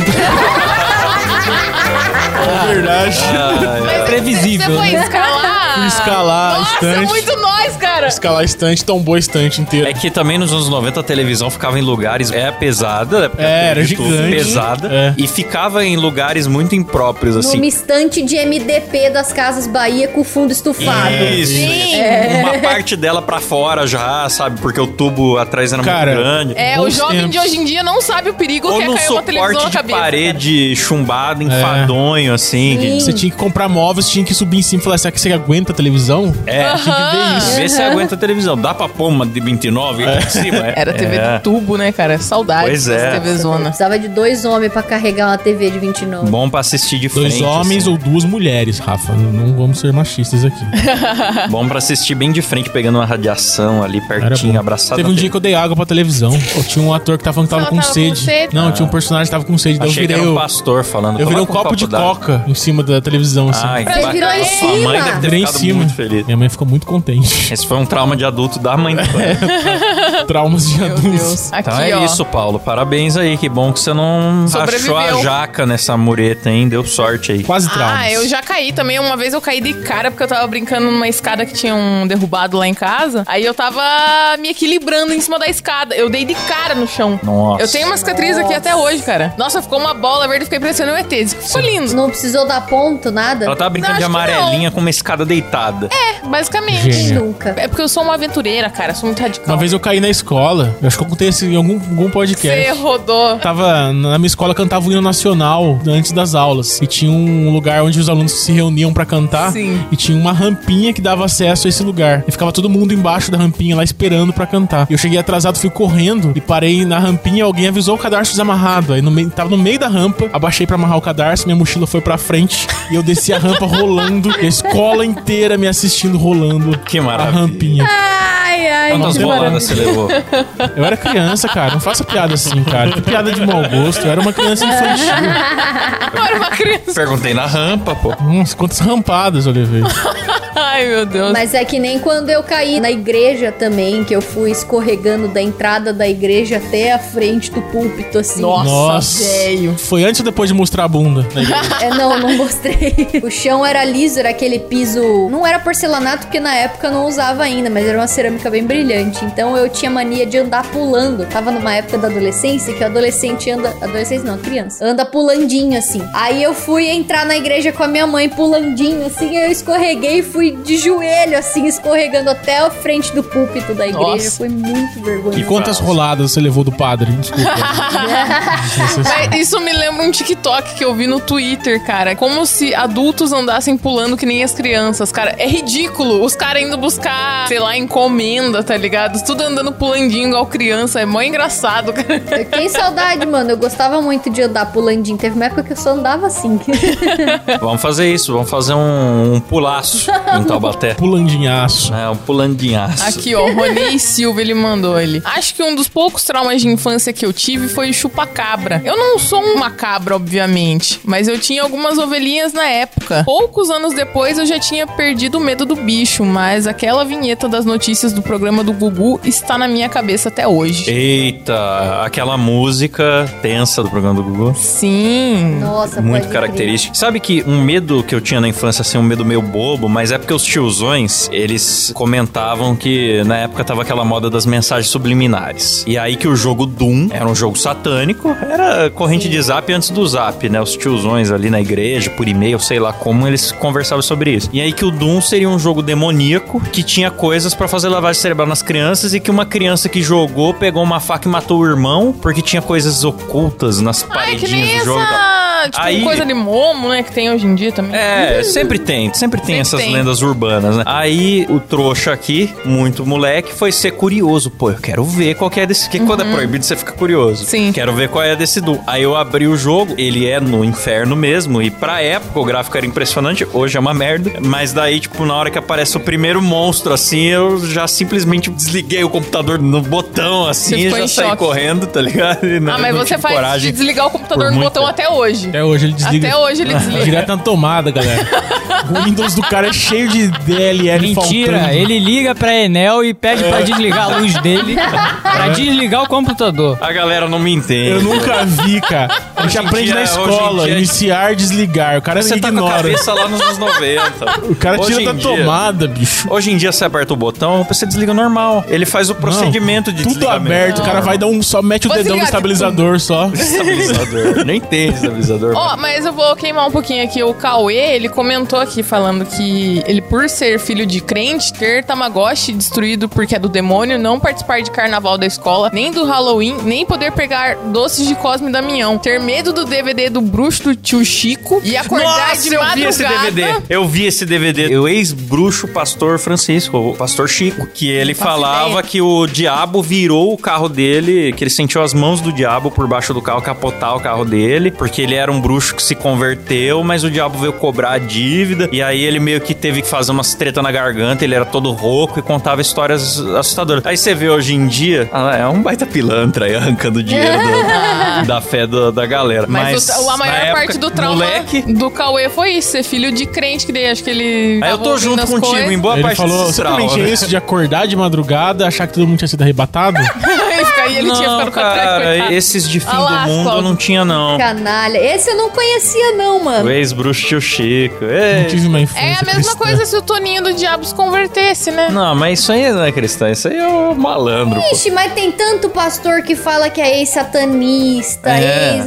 Speaker 2: é verdade.
Speaker 4: Você
Speaker 5: Previsível.
Speaker 4: foi
Speaker 5: né?
Speaker 4: escalar.
Speaker 2: Fui escalar a
Speaker 4: Nossa,
Speaker 2: estante.
Speaker 4: muito nós, cara.
Speaker 2: Escalar a estante, tombou a estante inteira.
Speaker 1: É que também nos anos 90 a televisão ficava em lugares é pesada, né? Porque
Speaker 2: É, era
Speaker 1: de tubo,
Speaker 2: gigante.
Speaker 1: pesada
Speaker 2: É.
Speaker 1: e ficava em lugares muito impróprios assim.
Speaker 3: Numa estante de MDP das Casas Bahia com fundo estufado.
Speaker 1: É, Isso.
Speaker 4: Sim.
Speaker 1: Uma parte dela pra fora já, sabe? Porque o tubo atrás era
Speaker 2: Cara,
Speaker 1: muito grande.
Speaker 4: É, o
Speaker 2: Bons
Speaker 4: jovem
Speaker 2: tempos.
Speaker 4: de hoje em dia não sabe o perigo
Speaker 1: Ou
Speaker 4: que é
Speaker 1: num
Speaker 4: cair uma televisão
Speaker 1: suporte
Speaker 4: na
Speaker 1: de
Speaker 4: cabeça.
Speaker 1: parede chumbado, enfadonho, assim. que-
Speaker 2: É. Você tinha que comprar móveis, tinha que subir em cima e falar: será que você aguenta a televisão?
Speaker 1: É,
Speaker 4: Aham.
Speaker 1: tem que ver isso. Vê se aguenta a televisão. Dá pra pôr uma de 29 aqui em cima? É.
Speaker 4: [laughs] Era TV
Speaker 1: é.
Speaker 4: de tubo, né, cara? Saudade
Speaker 1: Pois é.
Speaker 4: TV
Speaker 3: Eu
Speaker 4: zona.
Speaker 3: [laughs] precisava de dois homens pra carregar uma TV de 29.
Speaker 1: Bom pra assistir de
Speaker 2: Dois
Speaker 1: frente.
Speaker 2: homens ou duas mulheres, Rafa. Não, não vamos ser machistas aqui.
Speaker 1: [laughs] assim. Bom pra assistir bem de frente, pegando uma radiação ali
Speaker 2: Era
Speaker 1: pertinho,
Speaker 2: bom.
Speaker 1: abraçado.
Speaker 2: Teve um dia que eu dei água
Speaker 1: [laughs]
Speaker 2: pra televisão. Eu tinha um ator que tava falando que tava,
Speaker 4: Ela
Speaker 2: com,
Speaker 4: tava com
Speaker 2: sede.
Speaker 4: sede?
Speaker 2: Não, tinha um personagem que tava com sede. Daí eu
Speaker 1: Ah. Achei que
Speaker 2: virei,
Speaker 1: era um
Speaker 2: o-
Speaker 1: pastor falando.
Speaker 2: eu virei um
Speaker 1: "Toma com
Speaker 2: copo de
Speaker 1: d'água."
Speaker 2: coca em cima da televisão, assim.
Speaker 1: Ai,
Speaker 3: Você virou em
Speaker 1: bacana. Sua mãe
Speaker 3: cima.
Speaker 1: então deve ter
Speaker 2: Virei em
Speaker 1: ficado
Speaker 2: cima.
Speaker 1: muito feliz.
Speaker 2: Minha mãe ficou muito contente.
Speaker 1: Esse foi um trauma de adulto da
Speaker 2: [laughs]
Speaker 1: mãe. é
Speaker 2: Traumas de
Speaker 4: [laughs] Meu
Speaker 2: adultos.
Speaker 4: Deus. Aqui,
Speaker 1: Então é
Speaker 4: ó.
Speaker 1: isso, Paulo. Parabéns aí. Que bom que você não
Speaker 4: Sobreviveu.
Speaker 1: achou a jaca nessa mureta, hein? Deu sorte aí.
Speaker 2: Quase traumas.
Speaker 4: Ah, eu já caí também. Uma vez eu caí de cara porque eu tava brincando numa escada que tinha um derrubado lá em casa. Aí eu tava me equilibrando em cima da escada. Eu dei de cara no chão.
Speaker 1: Nossa.
Speaker 4: Eu tenho uma cicatriz aqui até hoje, cara. Nossa, ficou uma bola verde, eu fiquei parecendo um ET. Ficou lindo.
Speaker 3: Não precisou dar ponto, nada?
Speaker 4: tá
Speaker 1: Ela tava brincando
Speaker 4: Não,
Speaker 1: de
Speaker 4: acho que
Speaker 1: amarelinha com uma escada deitada.
Speaker 4: É, Basicamente.
Speaker 2: Gênio.
Speaker 3: Não. nunca.
Speaker 4: É porque eu sou uma aventureira, cara. Sou muito radical.
Speaker 2: Uma vez eu caí na escola, eu acho que eu contei isso em algum, algum podcast.
Speaker 4: Você rodou.
Speaker 2: Tava na minha escola cantava o hino nacional antes das aulas. E tinha um lugar onde os alunos se reuniam pra cantar.
Speaker 4: Sim.
Speaker 2: E tinha uma rampinha que dava acesso a esse lugar. E ficava todo mundo embaixo da rampinha lá esperando pra cantar. E eu cheguei atrasado, fui correndo e parei na rampinha. Alguém avisou o cadarço desamarrado. Aí no meio, tava no meio da rampa, abaixei pra amarrar o cadarço, minha mochila foi pra frente e eu desci a rampa [laughs] rolando. E a escola inteira me assistindo rolando.
Speaker 1: Que
Speaker 2: A
Speaker 1: maravilha.
Speaker 2: rampinha.
Speaker 3: Ai,
Speaker 4: É,
Speaker 3: ai,
Speaker 4: então,
Speaker 1: Quantas
Speaker 3: que
Speaker 1: boladas
Speaker 3: maravilha.
Speaker 1: você
Speaker 4: [laughs]
Speaker 1: levou?
Speaker 2: Eu era criança, cara. Não faça piada assim, cara. Que piada de mau gosto. Eu era uma criança infantil.
Speaker 4: Eu era uma criança.
Speaker 1: Perguntei na rampa, pô.
Speaker 2: Nossa, quantas rampadas eu levei.
Speaker 4: Ai, meu Deus.
Speaker 3: Mas é que nem quando eu caí na igreja também, que eu fui escorregando da entrada da igreja até a frente do púlpito, assim.
Speaker 4: Nossa, velho.
Speaker 2: Foi antes ou depois de mostrar a bunda?
Speaker 3: É, não, não mostrei. O chão era liso, era aquele piso. Não era porcelanato, porque na época eu não usava ainda, mas era uma cerâmica bem brilhante. Então eu tinha mania de andar pulando. Tava numa época da adolescência que o adolescente anda. Adolescente não, criança. Anda pulandinho assim. Aí eu fui entrar na igreja com a minha mãe pulandinho assim. Eu escorreguei e fui de joelho assim, escorregando até a frente do púlpito da igreja.
Speaker 4: Nossa.
Speaker 3: Foi muito vergonhoso.
Speaker 2: E quantas roladas você levou do padre? Desculpa.
Speaker 4: [laughs] Mas isso me lembra um TikTok que eu vi no Twitter, cara. Como se adultos andassem pulando que nem as crianças, cara. É ridículo. Os caras indo buscar, sei lá, encomenda, tá ligado? Tudo andando pulandinho igual criança. É mó engraçado, cara.
Speaker 3: Eu tenho saudade, mano. Eu gostava muito de andar pulandinho. Teve uma época que eu só andava assim. [laughs]
Speaker 1: Vamos fazer isso, vamos fazer um, um pulaço em Taubaté.
Speaker 2: Pulandinhaço.
Speaker 1: É, um pulandinhaço.
Speaker 4: Aqui, ó, Rony Silva, ele mandou ele. Acho que um dos poucos traumas de infância que eu tive foi o chupa-cabra. Eu não sou uma cabra, obviamente, mas eu tinha algumas ovelhinhas na época. Poucos anos depois eu já tinha perdido o medo do bicho, mas aquela vinheta das notícias do programa do Gugu está na minha cabeça até hoje.
Speaker 1: Eita, aquela música tensa do programa do Gugu.
Speaker 4: Sim.
Speaker 3: Nossa, pode
Speaker 1: Muito
Speaker 3: crer.
Speaker 1: característico. Sabe que um medo que eu tinha na infância, assim, um medo meio bobo, mas é porque os tiozões, eles comentavam que na época tava aquela moda das mensagens subliminares. E aí que o jogo Doom era um jogo satânico, era corrente de zap antes do zap, né? Os tiozões ali na igreja, por e-mail, sei lá como, eles conversavam sobre isso. E aí que o Doom seria um jogo demoníaco que tinha coisas pra fazer lavagem cerebral nas crianças e que uma criança que jogou pegou uma faca e matou o irmão porque tinha coisas ocultas nas
Speaker 4: Ai, Ah, é que
Speaker 1: paredinhas
Speaker 4: nem
Speaker 1: do jogo. e tal.
Speaker 4: essa, tipo,
Speaker 1: Aí-
Speaker 4: coisa de momo, né, que tem hoje em dia também.
Speaker 1: É, sempre tem, sempre tem
Speaker 4: Sempre
Speaker 1: essas
Speaker 4: tem.
Speaker 1: lendas urbanas, né? Aí o trouxa aqui, muito moleque, foi ser curioso. Pô, eu quero ver qual que é desse. Porque quando é proibido, você fica curioso.
Speaker 4: Uhum. Sim.
Speaker 1: Quero ver qual é desse Doom. Aí eu abri o jogo, ele é no inferno mesmo. E pra época o gráfico era impressionante, hoje é uma merda. Mas daí, tipo, na hora que aparece o primeiro monstro, assim, eu já simplesmente desliguei o computador no botão, assim,
Speaker 4: Você
Speaker 1: e
Speaker 4: ficou
Speaker 1: já
Speaker 4: em
Speaker 1: saí
Speaker 4: choque.
Speaker 1: correndo, tá ligado? E não-
Speaker 4: Ah, mas
Speaker 1: não
Speaker 4: você
Speaker 1: tive
Speaker 4: faz de
Speaker 1: coragem.
Speaker 4: desligar o computador
Speaker 1: por
Speaker 4: no
Speaker 1: muito
Speaker 4: botão até hoje.
Speaker 2: Até hoje ele desliga.
Speaker 4: Até hoje ele desliga.
Speaker 2: Direto na
Speaker 4: [laughs]
Speaker 2: tomada, galera. O Windows do cara é cheio de DLL faltando.
Speaker 5: É Mentira, ele liga pra Enel e pede pra desligar a luz dele, pra desligar o computador.
Speaker 1: A galera não me entende.
Speaker 2: Eu nunca vi, cara. A gente
Speaker 1: Hoje em
Speaker 2: aprende
Speaker 1: dia-
Speaker 2: na escola,
Speaker 1: hoje em dia-
Speaker 2: iniciar, desligar. O cara
Speaker 1: Você tá com a
Speaker 2: ignora.
Speaker 1: cabeça lá nos anos 90.
Speaker 2: [laughs] o cara
Speaker 1: Hoje
Speaker 2: tira
Speaker 1: em
Speaker 2: da
Speaker 1: dia-
Speaker 2: tomada, bicho.
Speaker 1: Hoje em dia você aperta o botão, você desliga normal. Ele faz o procedimento de
Speaker 2: Tudo
Speaker 1: desligamento. Ah.
Speaker 2: aberto, o
Speaker 4: Ah.
Speaker 2: cara vai dar um. Só mete o
Speaker 4: Vou
Speaker 2: dedão no
Speaker 4: desligar aqui.
Speaker 2: estabilizador só. [laughs]
Speaker 1: Estabilizador. Nem tem estabilizador.
Speaker 4: Ó, mas eu vou queimar um pouquinho aqui. O Cauê, ele comentou aqui falando que ele, por ser filho de crente, ter Tamagotchi destruído porque é do demônio, não participar de carnaval da escola, nem do Halloween, nem poder pegar doces de Cosme e Damião, ter medo do DVD do bruxo do tio Chico e acordar
Speaker 1: Nossa,
Speaker 4: de
Speaker 1: eu
Speaker 4: madrugada.
Speaker 1: vi esse DVD. Eu vi esse DVD. O ex-bruxo pastor Francisco, o pastor Chico, que ele
Speaker 4: faço
Speaker 1: falava
Speaker 4: ideia.
Speaker 1: que o diabo virou o carro dele, que ele sentiu as mãos do diabo por baixo do carro capotar o carro dele, porque ele era um bruxo que se converteu, mas o diabo veio cobrar a dívida, e aí ele meio que teve que fazer umas treta na garganta, ele era todo rouco e contava histórias assustadoras. Aí você vê hoje em dia, ah, é um baita pilantra aí arrancando dinheiro
Speaker 4: [laughs]
Speaker 1: do- da fé do- da galera.
Speaker 4: Mas,
Speaker 1: Mas,
Speaker 4: o- a maior
Speaker 1: na época,
Speaker 4: parte do trauma
Speaker 1: Moleque,
Speaker 4: do Cauê foi isso, ser filho de crente, que daí acho que ele.
Speaker 1: Aí eu
Speaker 4: tava
Speaker 1: tô
Speaker 4: ouvindo
Speaker 1: junto
Speaker 4: as
Speaker 1: contigo
Speaker 4: coisas.
Speaker 1: em boa
Speaker 2: Ele
Speaker 1: parte
Speaker 2: falou
Speaker 1: desses traumas,
Speaker 2: simplesmente
Speaker 1: né?
Speaker 2: isso de acordar de madrugada, achar que todo mundo tinha sido
Speaker 4: [laughs]
Speaker 2: arrebatado.
Speaker 4: Aí [laughs] fica- e ele tinha ficado pra trás,
Speaker 1: cara,
Speaker 4: coitado.
Speaker 1: esses de fim
Speaker 4: Ah lá,
Speaker 1: do mundo
Speaker 4: Cláudio.
Speaker 1: não tinha, não.
Speaker 3: Canalha. Esse eu não conhecia, não,
Speaker 1: O
Speaker 3: mano.
Speaker 1: ex-bruxo tio Chico.
Speaker 2: Não
Speaker 1: Ei.
Speaker 2: tive uma infância.
Speaker 4: É a mesma
Speaker 2: cristã.
Speaker 4: coisa se o Toninho do Diabo se convertesse, né?
Speaker 1: Não, mas isso aí não é cristão, isso aí é o malandro. pô.
Speaker 3: Ixi, mas tem tanto pastor que fala que é ex-satanista,
Speaker 1: É.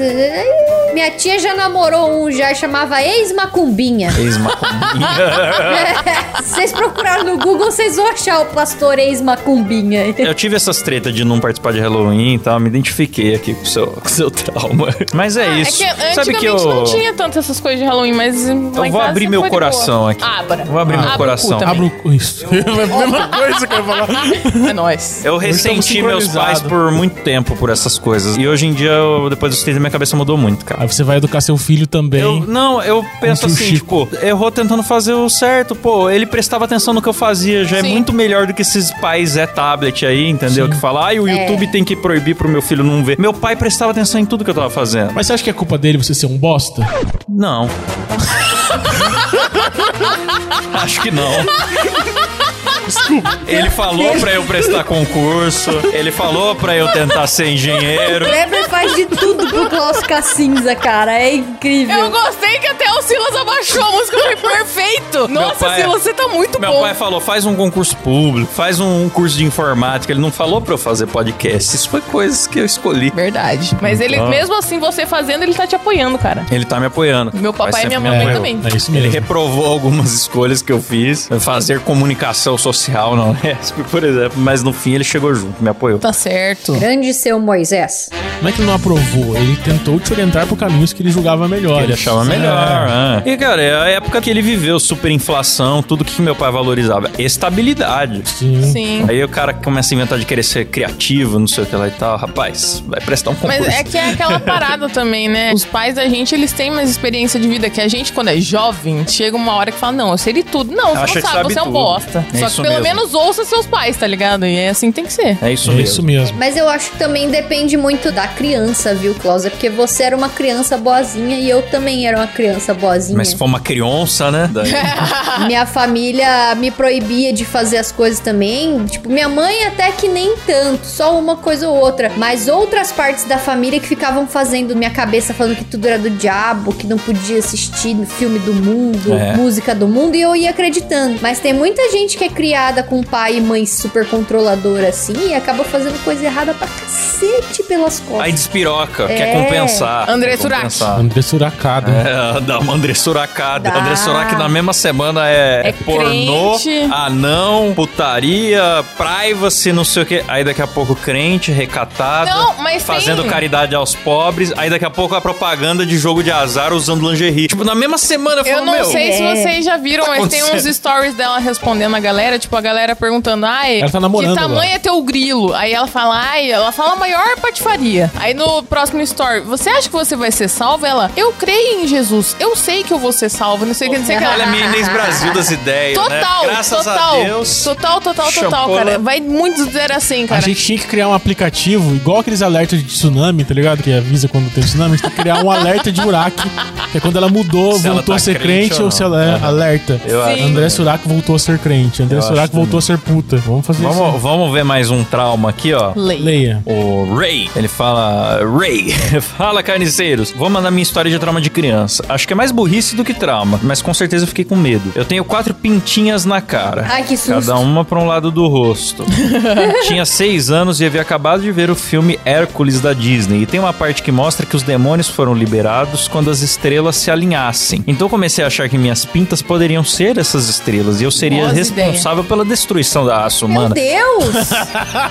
Speaker 3: ex... Minha tia já namorou um já, chamava
Speaker 1: [laughs]
Speaker 3: ex-macumbinha. [laughs]
Speaker 4: [laughs]
Speaker 1: Ex-macumbinha.
Speaker 3: É, Vocês procuraram no Google, vocês vão achar o pastor ex-macumbinha. [laughs]
Speaker 1: Eu tive essas tretas de não participar de Halloween e tal, me identifiquei aqui com o seu, com o seu trauma. Mas é
Speaker 4: É
Speaker 1: isso.
Speaker 4: que antigamente
Speaker 1: Sabe que eu.
Speaker 4: não tinha então tanto essas coisas de Halloween, mas.
Speaker 1: Eu vou abrir meu coração aqui.
Speaker 4: Abra.
Speaker 1: Vou abrir meu
Speaker 4: Abra Ah, tá. o cu
Speaker 1: coração.
Speaker 4: também.
Speaker 2: Abra
Speaker 4: [laughs]
Speaker 2: o. Isso. É a [laughs] mesma coisa que eu ia falar.
Speaker 4: É nóis.
Speaker 1: Eu
Speaker 2: estamos
Speaker 1: ressenti meus pais
Speaker 2: sincronizados.
Speaker 1: por muito tempo por essas coisas. E hoje em dia, eu- depois dos 30, minha cabeça mudou muito, cara.
Speaker 2: Aí você vai educar seu filho também.
Speaker 1: Eu, não, eu penso
Speaker 2: Contra o
Speaker 1: assim, tipo, errou tentando fazer o certo, pô, ele prestava atenção no que eu fazia, já é
Speaker 4: Sim.
Speaker 1: muito melhor do que esses pais é tablet aí, entendeu? Que fala, ai, o
Speaker 3: É.
Speaker 1: YouTube tem que proibir pro meu filho não ver. Meu pai prestava atenção em tudo que eu tava fazendo.
Speaker 2: Mas você acha que é culpa dele você ser um bosta?
Speaker 1: Não. Acho que não. Ele falou pra eu prestar concurso, ele falou pra eu tentar ser engenheiro.
Speaker 3: Kleber faz de tudo pro Klaus cinza, cara.
Speaker 4: [laughs]
Speaker 3: É
Speaker 4: Eu
Speaker 3: incrível.
Speaker 4: gostei que até o Silas abaixou a música, foi perfeito. Nossa,
Speaker 1: pai- é-
Speaker 4: Silas, você tá muito
Speaker 1: Meu
Speaker 4: bom.
Speaker 1: pai falou, faz um concurso público, faz um curso de informática. Ele não falou pra eu fazer podcast. Isso foi coisas que eu escolhi.
Speaker 4: Verdade. Mas
Speaker 1: Ah.
Speaker 4: ele, mesmo assim, você fazendo, ele tá te apoiando, cara.
Speaker 1: Ele tá me apoiando.
Speaker 4: Meu
Speaker 1: Vai
Speaker 4: papai e
Speaker 1: sempre
Speaker 4: minha
Speaker 1: me
Speaker 4: mamãe
Speaker 1: apoiar.
Speaker 4: também.
Speaker 2: É isso
Speaker 1: Ele
Speaker 2: mesmo.
Speaker 1: reprovou algumas escolhas que eu fiz. Fazer comunicação social na Unesp, por exemplo. Mas no fim ele chegou junto, me apoiou.
Speaker 4: Tá certo.
Speaker 3: Grande seu Moisés.
Speaker 2: Não é que ele não aprovou, ele tentou te orientar por caminhos que ele julgava melhor.
Speaker 1: Ele achava melhor.
Speaker 2: É.
Speaker 1: ah. E, cara, é a época que ele viveu superinflação, tudo que meu pai valorizava. Estabilidade.
Speaker 2: Sim.
Speaker 4: Sim.
Speaker 1: Aí o cara começa a inventar de querer ser criativo, não sei o que lá e tal. Rapaz, vai prestar um concurso.
Speaker 4: Mas é que é aquela parada também, né? Os pais da gente, eles têm mais experiência de vida que a gente, quando é jovem, chega uma hora que fala, não, eu sei de tudo. Não,
Speaker 1: Acha
Speaker 4: você
Speaker 1: que
Speaker 4: não sabe,
Speaker 1: sabe
Speaker 4: você é um
Speaker 1: tudo.
Speaker 4: bosta.
Speaker 1: É
Speaker 4: Só que
Speaker 1: isso
Speaker 4: pelo
Speaker 1: mesmo.
Speaker 4: menos ouça seus pais, tá ligado? E é assim que tem que ser.
Speaker 1: [laughs] É isso
Speaker 2: É
Speaker 1: mesmo.
Speaker 2: isso mesmo.
Speaker 3: Mas eu acho que também depende muito da criança, viu, Klaus? É porque você era uma criança boazinha e eu também era uma criança boazinha.
Speaker 1: Mas se for uma criança,
Speaker 4: [laughs]
Speaker 1: né? Daí-
Speaker 3: [laughs] Minha família me proibia de fazer as coisas também. Tipo, minha mãe até que nem tanto, só uma coisa ou outra. Mas outras partes da família que ficavam fazendo minha cabeça, falando que tudo era do diabo, que não podia assistir filme do mundo,
Speaker 1: É.
Speaker 3: música do mundo, e eu ia acreditando. Mas tem muita gente que é criada com pai e mãe super controladora assim e acaba fazendo coisa errada pra cacete pelas costas.
Speaker 1: Aí despiroca, quer
Speaker 3: É.
Speaker 1: compensar.
Speaker 4: André
Speaker 1: quer compensar.
Speaker 2: André Suracada.
Speaker 1: É, dá uma André Suracada.
Speaker 3: Dá.
Speaker 1: André Surak na mesma semana é,
Speaker 4: É
Speaker 1: pornô,
Speaker 4: crente.
Speaker 1: anão, putaria, privacy, não sei o que. Aí daqui a pouco crente, recatada,
Speaker 4: Não, mas
Speaker 1: fazendo
Speaker 4: tem-
Speaker 1: caridade aos pobres. Aí daqui a pouco a propaganda de jogo de azar usando lingerie. Tipo, na mesma semana eu falo,
Speaker 4: Eu não
Speaker 1: meu,
Speaker 4: sei se
Speaker 3: É.
Speaker 4: vocês já viram,
Speaker 1: Tá
Speaker 4: mas tem uns
Speaker 1: acontecendo.
Speaker 4: stories dela respondendo a galera, tipo, a galera perguntando, ai,
Speaker 2: Ela tá namorando
Speaker 4: que tamanho
Speaker 2: agora."
Speaker 4: é teu grilo? Aí ela fala, ai, ela fala a maior patifaria. Aí no próximo story, você acha que você vai ser salvo? Ela, eu creio em Jesus, eu sei que eu vou ser salvo, não sei o que, não sei o que.
Speaker 1: Olha a minha Inês Brasil das ideias, né?
Speaker 4: Total,
Speaker 1: Graças
Speaker 4: total,
Speaker 1: a Deus.
Speaker 4: total, total, total,
Speaker 1: Shampoo, né?
Speaker 4: cara. Vai muito dizer assim,
Speaker 2: A
Speaker 4: cara.
Speaker 2: gente tinha que criar um aplicativo, igual aqueles alertas de tsunami, tá ligado? Que avisa quando tem tsunami. A gente tem que criar um alerta de Uraque. Que é quando ela mudou,
Speaker 1: Se ela
Speaker 2: voltou
Speaker 1: tá
Speaker 2: a ser
Speaker 1: crente
Speaker 2: crente,
Speaker 1: ou
Speaker 2: ou,
Speaker 1: não.
Speaker 2: se ela é
Speaker 1: É.
Speaker 2: alerta.
Speaker 1: Eu acho.
Speaker 4: Sim.
Speaker 2: André Surak voltou a ser crente. André
Speaker 1: Eu acho
Speaker 2: Surak voltou a ser puta. Vamos fazer isso.
Speaker 1: Vamos, vamos ver mais um trauma aqui, ó.
Speaker 4: Lei.
Speaker 2: Leia.
Speaker 1: O Ray, ele fala: Ray, [laughs] fala carniceiros, vou mandar minha história de trauma de criança. Acho que é mais burrice do que trauma, mas com certeza eu fiquei com medo. Eu tenho quatro pintinhas na cara.
Speaker 3: Ai, que susto.
Speaker 1: Cada uma pra um lado do
Speaker 3: [laughs]
Speaker 1: rosto. Tinha seis anos e havia acabado de ver o filme Hércules da Disney. E tem uma parte que mostra que os demônios foram liberados quando as estrelas se alinhassem. Então comecei a achar que minhas pintas poderiam ser essas estrelas e eu seria
Speaker 4: Boas
Speaker 1: responsável pela destruição da raça
Speaker 3: Meu
Speaker 1: humana.
Speaker 3: Deus!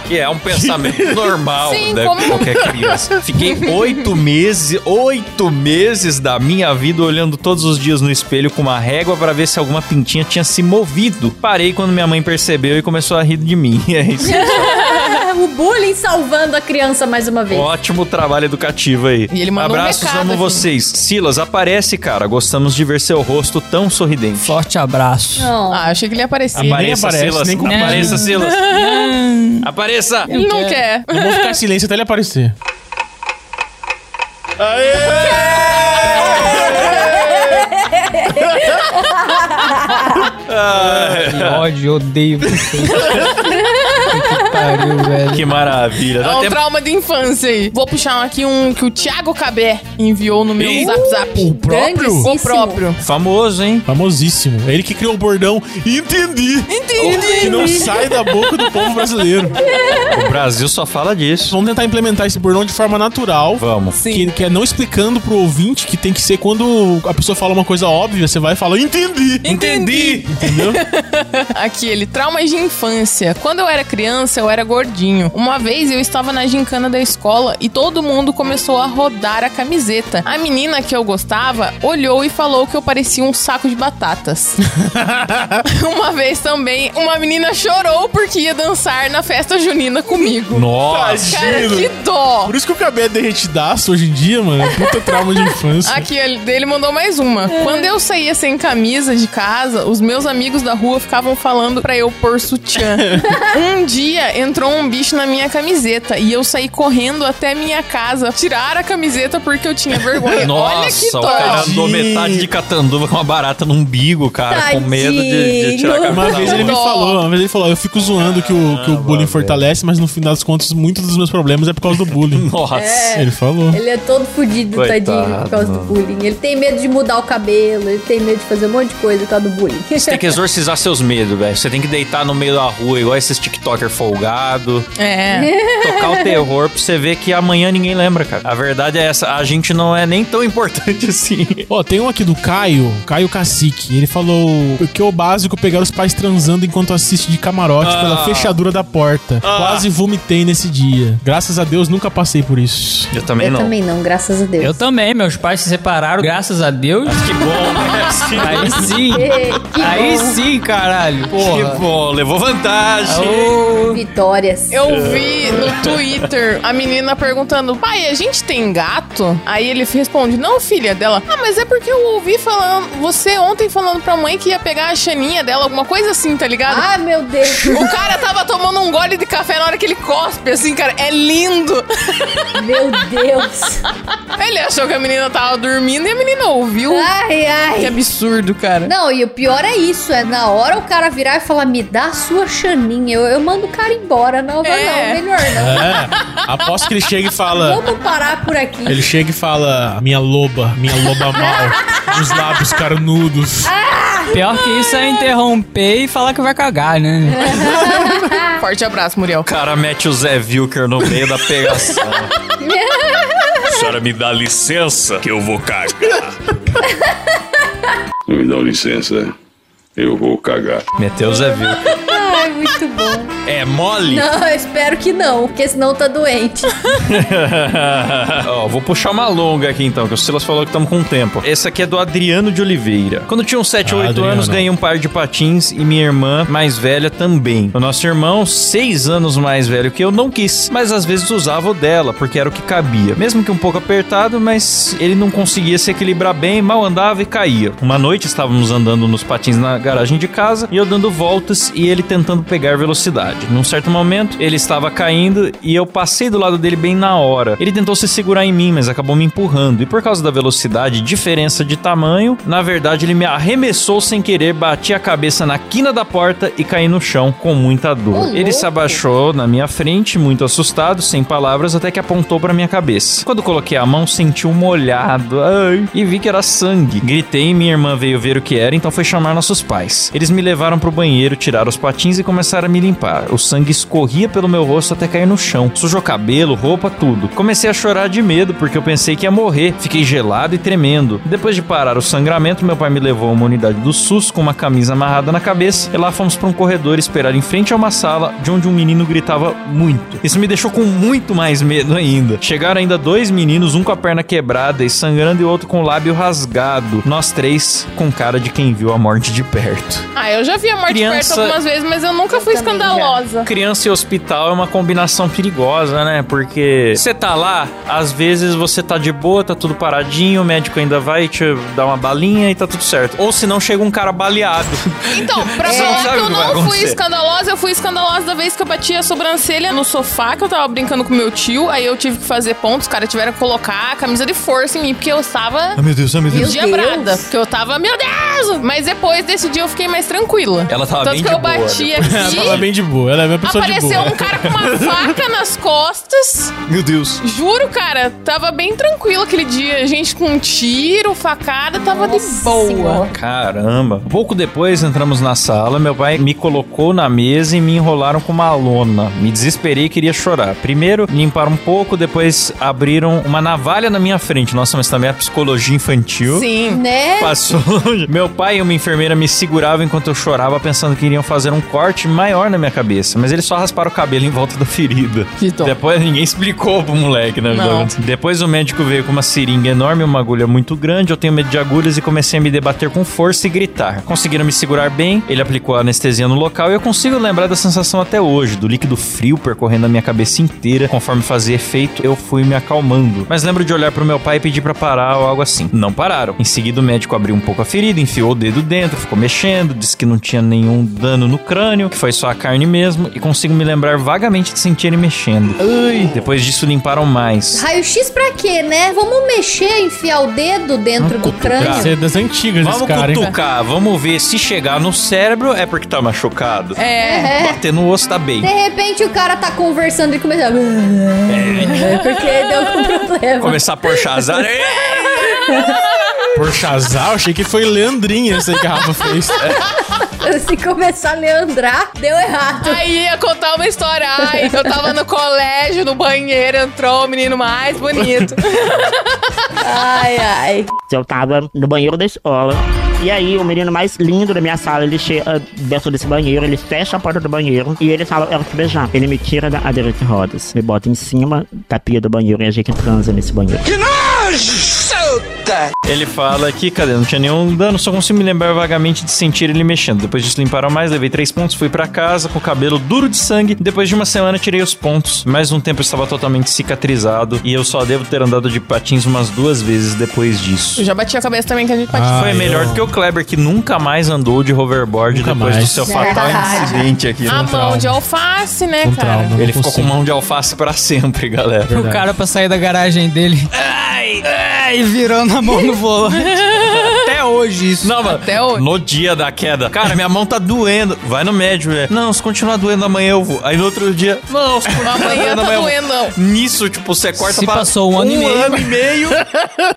Speaker 1: Que é um
Speaker 2: [laughs]
Speaker 1: pensamento normal
Speaker 4: Sim,
Speaker 1: da
Speaker 4: como-
Speaker 1: qualquer criança. Fiquei oito meses, oito meses da minha vida olhando todos os dias no espelho com uma régua pra ver se alguma pintinha tinha se movido. Parei quando minha mãe percebeu e começou a rir de mim. [laughs] É isso.
Speaker 3: [laughs] o bullying salvando a criança mais uma vez.
Speaker 1: Um Ótimo trabalho educativo aí.
Speaker 4: E ele mandou um
Speaker 1: Abraços,
Speaker 4: recado
Speaker 1: amo
Speaker 4: aqui.
Speaker 1: vocês. Silas, aparece, cara. Gostamos de ver seu rosto tão sorridente.
Speaker 5: Forte abraço.
Speaker 3: Não.
Speaker 4: Ah, achei que ele ia aparecer.
Speaker 2: Amar-
Speaker 1: Apareça,
Speaker 2: aparece,
Speaker 1: Silas.
Speaker 2: nem comenta.
Speaker 1: apareça, Silas. Apareça!
Speaker 4: Não quer. [laughs]
Speaker 2: Eu vou ficar em silêncio até ele aparecer.
Speaker 5: Que ódio, eu odeio você. Puta que pariu, velho.
Speaker 1: Que maravilha.
Speaker 4: É
Speaker 1: Dá
Speaker 4: um
Speaker 1: até...
Speaker 4: trauma de infância aí. Vou puxar aqui um que o Thiago Cabé enviou no meu
Speaker 1: Ih,
Speaker 4: zap zap.
Speaker 2: O próprio?
Speaker 3: Grandíssimo.
Speaker 4: O próprio.
Speaker 1: Famoso, hein?
Speaker 2: Famosíssimo. É Ele que criou o bordão Entendi. Entendi. Que não sai da boca do povo brasileiro.
Speaker 1: O Brasil só fala disso.
Speaker 2: Vamos tentar implementar esse bordão de forma natural.
Speaker 1: Vamos.
Speaker 4: Sim.
Speaker 2: Que, que é não explicando pro ouvinte que tem que ser quando a pessoa fala uma coisa óbvia, você vai e fala, entendi.
Speaker 1: Entendi.
Speaker 2: Entendeu?
Speaker 4: Aqui ele, traumas de infância. Quando eu era criança, eu era gordinho. Uma vez eu estava na gincana da escola e todo mundo começou a rodar a camiseta. A menina que eu gostava olhou e falou que eu parecia um saco de batatas. uma vez também, uma menina chorou porque ia dançar na festa junina comigo.
Speaker 1: Nossa.
Speaker 4: Cara,
Speaker 2: Giro.
Speaker 4: que dó!
Speaker 2: Por isso que o cabelo é derretidaço hoje em dia, mano. É Puta trauma de infância.
Speaker 4: Aqui ele dele mandou mais uma. Quando eu saía sem camisa de casa, os meus amigos da rua ficavam falando pra eu pôr sutiã. um dia entrou um bicho na minha camiseta e eu saí correndo até minha casa tirar a camiseta porque eu tinha vergonha. Olha que
Speaker 1: Nossa, o cara
Speaker 4: dó.
Speaker 1: andou metade de catanduva com uma barata no umbigo, cara, com medo de, de tirar a
Speaker 3: Tadinho.
Speaker 1: camisa.
Speaker 2: Uma
Speaker 1: da
Speaker 2: vez ele me
Speaker 1: outra.
Speaker 4: Dó.
Speaker 2: falou, uma vez ele falou, eu fico zoando que o, que o bullying fortalece, mas no final das contas, muitos dos meus problemas é por causa
Speaker 1: [laughs]
Speaker 2: do bullying.
Speaker 1: Nossa.
Speaker 2: Ele falou.
Speaker 3: Ele é todo fudido,
Speaker 1: Coitado.
Speaker 3: tadinho, por causa do bullying. Ele tem medo de mudar o cabelo, ele tem medo de fazer um monte de coisa por causa do bullying.
Speaker 1: Você tem que exorcizar seus medos, velho. Você tem que deitar no meio da rua, igual esses TikToker folgado.
Speaker 4: É.
Speaker 1: Tocar o terror pra você ver que amanhã ninguém lembra, cara. A verdade é essa. A gente não é nem tão importante [laughs] assim.
Speaker 2: Ó, tem um aqui do Caio, Caio Cacique. Ele falou que é o básico pegar os pais transando enquanto assiste de camarote
Speaker 1: Ah.
Speaker 2: pela fechadura da porta. Quase vomitei nesse dia. Graças a Deus nunca passei por isso.
Speaker 1: Eu também
Speaker 3: eu
Speaker 1: não.
Speaker 3: também não, graças a Deus.
Speaker 5: Eu também, meus pais se separaram, graças a Deus.
Speaker 1: Que bom, né? Assim,
Speaker 5: Aí sim.
Speaker 3: Ê, que
Speaker 5: [laughs] Aí
Speaker 3: bom.
Speaker 5: sim, caralho. Porra. É um
Speaker 1: Que bom, Tipo, levou vantagem.
Speaker 5: Ô,
Speaker 3: Vitórias.
Speaker 4: Eu vi no Twitter a menina perguntando: pai, a gente tem gato? Aí ele responde: não, filha dela. Ah, mas é porque eu ouvi falando, você ontem falando pra mãe que ia pegar a chaninha dela, alguma coisa assim, tá ligado?
Speaker 3: Ah, meu Deus.
Speaker 4: O cara tava tomando um gole de café na hora que ele cospe, assim, cara. É lindo.
Speaker 3: [laughs] meu Deus.
Speaker 4: Ele achou que a menina tava dormindo e a menina ouviu.
Speaker 3: Ai,
Speaker 4: Que
Speaker 3: ai.
Speaker 4: absurdo, cara.
Speaker 3: Não, e o pior é isso, é na hora o cara virar e falar, me dá a sua chaninha, eu, eu mando o cara embora, não, vai
Speaker 4: É.
Speaker 3: não, melhor não.
Speaker 2: É, aposto que ele chega e fala.
Speaker 3: Vamos parar por aqui.
Speaker 2: Ele chega e fala, minha loba, minha loba mal, os lábios carnudos.
Speaker 5: Pior que isso é interromper e falar que vai cagar, né?
Speaker 4: Forte abraço, Muriel.
Speaker 1: O cara mete o Zé Vilker no meio da pegação. senhora me dá licença que eu vou cagar.
Speaker 6: [laughs] Me dá licença, eu vou cagar.
Speaker 1: Meteu o Zé Vilker.
Speaker 3: [laughs] Ai, muito bom.
Speaker 1: É mole?
Speaker 3: Não, eu espero que não, porque senão tá doente.
Speaker 1: [laughs] Ó, vou puxar uma longa aqui então, que o Silas falou que estamos com tempo. Essa aqui é do Adriano de Oliveira. Quando tinha uns 7 ou
Speaker 2: Ah,
Speaker 1: 8
Speaker 2: Adriano.
Speaker 1: anos, ganhei um par de patins e minha irmã mais velha também. O nosso irmão, 6 anos mais velho que eu, não quis, mas às vezes usava o dela, porque era o que cabia. Mesmo que um pouco apertado, mas ele não conseguia se equilibrar bem, mal andava e caía. Uma noite estávamos andando nos patins na garagem de casa e eu dando voltas e ele tentando pegar velocidade. Num certo momento, ele estava caindo e eu passei do lado dele bem na hora. Ele tentou se segurar em mim, mas acabou me empurrando. E por causa da velocidade e diferença de tamanho, na verdade ele me arremessou sem querer, bati a cabeça na quina da porta e caí no chão com muita
Speaker 3: Ô,
Speaker 1: dor. Ele se
Speaker 3: louco.
Speaker 1: abaixou na minha frente, muito assustado, sem palavras, até que apontou pra minha cabeça. Quando coloquei a mão, senti um molhado ai, e vi que era sangue. Gritei, minha irmã veio ver o que era, então foi chamar nossos pais. Eles me levaram pro banheiro, tiraram os patins e começaram a me limpar. O sangue escorria pelo meu rosto até cair no chão. Sujou cabelo, roupa, tudo. Comecei a chorar de medo porque eu pensei que ia morrer. Fiquei gelado e tremendo. Depois de parar o sangramento, meu pai me levou a uma unidade do SUS com uma camisa amarrada na cabeça e lá fomos pra um corredor esperar em frente a uma sala de onde um menino gritava muito. Isso me deixou com muito mais medo ainda. Chegaram ainda dois meninos, um com a perna quebrada e sangrando e outro com o lábio rasgado. Nós três com cara de quem viu a morte de perto.
Speaker 4: Ah, eu já vi a morte
Speaker 1: Criança-
Speaker 4: perto algumas vezes, mas eu nunca fui
Speaker 3: também né? já.
Speaker 4: escandalosa.
Speaker 1: Criança e hospital é uma combinação perigosa, né? Porque você tá lá, às vezes você tá de boa, tá tudo paradinho, o médico ainda vai te dar uma balinha e tá tudo certo. Ou se não chega um cara baleado.
Speaker 4: Então, pra
Speaker 1: É.
Speaker 4: falar
Speaker 1: Sabe
Speaker 4: que
Speaker 1: o
Speaker 4: eu
Speaker 1: que vai
Speaker 4: não fui
Speaker 1: acontecer?
Speaker 4: escandalosa, eu fui escandalosa da vez que eu bati a sobrancelha no sofá, que eu tava brincando com meu tio, aí eu tive que fazer pontos, os caras tiveram que colocar a camisa de força em mim, porque eu estava
Speaker 1: meu Deus, ah, meu
Speaker 3: Deus.
Speaker 4: diabrada. Porque eu tava, meu Deus! Mas depois desse dia eu fiquei mais tranquila.
Speaker 1: [laughs] Ela tava
Speaker 4: Tanto
Speaker 1: bem
Speaker 4: que
Speaker 1: de
Speaker 4: eu
Speaker 1: boa né?
Speaker 4: bati
Speaker 1: depois. [laughs]
Speaker 4: aqui.
Speaker 2: Ela tava bem de boa, ela é uma pessoa de
Speaker 4: Apareceu
Speaker 2: boa.
Speaker 4: um cara com
Speaker 2: [laughs]
Speaker 4: uma faca nas costas.
Speaker 1: Meu Deus.
Speaker 4: Juro, cara, tava bem tranquilo aquele dia. Gente com um tiro, facada, tava de
Speaker 3: Nossa
Speaker 4: boa.
Speaker 3: Senhora.
Speaker 1: Caramba. Pouco depois entramos na sala, meu pai me colocou na mesa e me enrolaram com uma lona. Me desesperei e queria chorar. Primeiro limparam um pouco, depois abriram uma navalha na minha frente. Nossa, mas também a psicologia infantil.
Speaker 4: Sim.
Speaker 3: Né?
Speaker 1: Passou longe. Meu pai e uma enfermeira me seguravam enquanto eu chorava, pensando que iriam fazer um corte maior na minha cabeça. Mas eles só rasparam o cabelo em volta da ferida.
Speaker 4: Que dó.
Speaker 1: Depois ninguém explicou pro moleque, né?
Speaker 4: Não.
Speaker 1: Depois o médico veio com uma seringa enorme, uma agulha muito grande. Eu tenho medo de agulhas e comecei a me debater com força e gritar. Conseguiram me segurar bem, ele aplicou a anestesia no local e eu consigo lembrar da sensação até hoje, do líquido frio percorrendo a minha cabeça inteira. Conforme fazia efeito, eu fui me acalmando. Mas lembro de olhar pro meu pai e pedir pra parar ou algo assim. Não pararam. Em seguida, o médico abriu um pouco a ferida, enfiou o dedo dentro, ficou mexendo, disse que não tinha nenhum dano no crânio, que foi só a carne mesmo, e consigo me lembrar vagamente de sentir ele mexendo. Depois disso, limparam mais.
Speaker 3: Raio-X pra quê, né? Vamos mexer, enfiar o dedo dentro do crânio?
Speaker 2: Você é das antigas
Speaker 1: Vamos
Speaker 2: esse cara, hein?
Speaker 1: cutucar, vamos ver se chegar no cérebro é porque tá machucado.
Speaker 4: É.
Speaker 1: Bater no osso tá bem.
Speaker 3: De repente o cara tá conversando e começa. É [laughs] porque deu algum problema.
Speaker 1: Começar a porchar azar.
Speaker 2: Por Chazal, achei que foi Leandrinha essa aí que a Rafa fez.
Speaker 3: Se começar a leandrar, deu errado.
Speaker 4: Aí ia contar uma história. Ai, eu tava no colégio, no banheiro, entrou o menino mais bonito.
Speaker 3: Ai, ai.
Speaker 7: Eu tava no banheiro da escola. E aí, o menino mais lindo da minha sala, ele chega dentro desse banheiro, ele fecha a porta do banheiro e ele fala, eu quero te beijar. Ele me tira da cadeira de rodas, me bota em cima da pia do banheiro e a gente transa nesse banheiro.
Speaker 1: Ele fala aqui, cadê? Não tinha nenhum dano, só consigo me lembrar vagamente de sentir ele mexendo. Depois disso limparam mais, levei três pontos, fui pra casa com o cabelo duro de sangue. Depois de uma semana tirei os pontos, mas um tempo eu estava totalmente cicatrizado e eu só devo ter andado de patins umas duas vezes depois disso.
Speaker 4: Eu já bati a cabeça também que a gente patinha.
Speaker 1: Foi
Speaker 2: Ah,
Speaker 1: melhor
Speaker 2: eu-
Speaker 1: do que o Kleber, que nunca mais andou de hoverboard
Speaker 2: Nunca
Speaker 1: depois
Speaker 2: mais.
Speaker 1: do seu fatal
Speaker 3: Verdade.
Speaker 1: incidente aqui. né?
Speaker 4: a mão
Speaker 2: é um trauma.
Speaker 4: Ah, de alface, né,
Speaker 2: Um
Speaker 4: cara?
Speaker 2: trauma.
Speaker 1: Ele
Speaker 2: não
Speaker 1: ficou com
Speaker 2: consigo.
Speaker 1: mão de alface pra sempre, galera.
Speaker 3: É.
Speaker 5: O cara pra sair da garagem dele. Ai, ai, virando a mão no volante. Até hoje isso.
Speaker 1: Não, mano.
Speaker 4: Até hoje.
Speaker 1: No dia da queda. Cara, minha mão tá doendo. Vai no médico, velho. Não, se continuar doendo amanhã eu vou. Aí no outro dia. Não, se
Speaker 2: [laughs]
Speaker 1: continuar
Speaker 4: Amanhã tá
Speaker 2: é um-
Speaker 1: eu vou.
Speaker 4: doendo, não.
Speaker 1: Nisso, tipo, você corta
Speaker 5: Se
Speaker 1: pra
Speaker 5: passou um ano e meio.
Speaker 1: ano e
Speaker 2: [laughs]
Speaker 1: meio.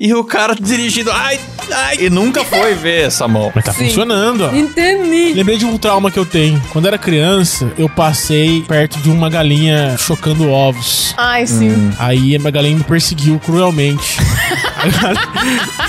Speaker 1: e o cara dirigindo. Ai, ai. E nunca foi ver essa mão.
Speaker 2: Mas tá funcionando, ó.
Speaker 3: Entendi.
Speaker 2: Lembrei de um trauma que eu tenho. Quando era criança, eu passei perto de uma galinha chocando ovos.
Speaker 4: Ai, sim.
Speaker 2: Aí a galinha me perseguiu cruelmente.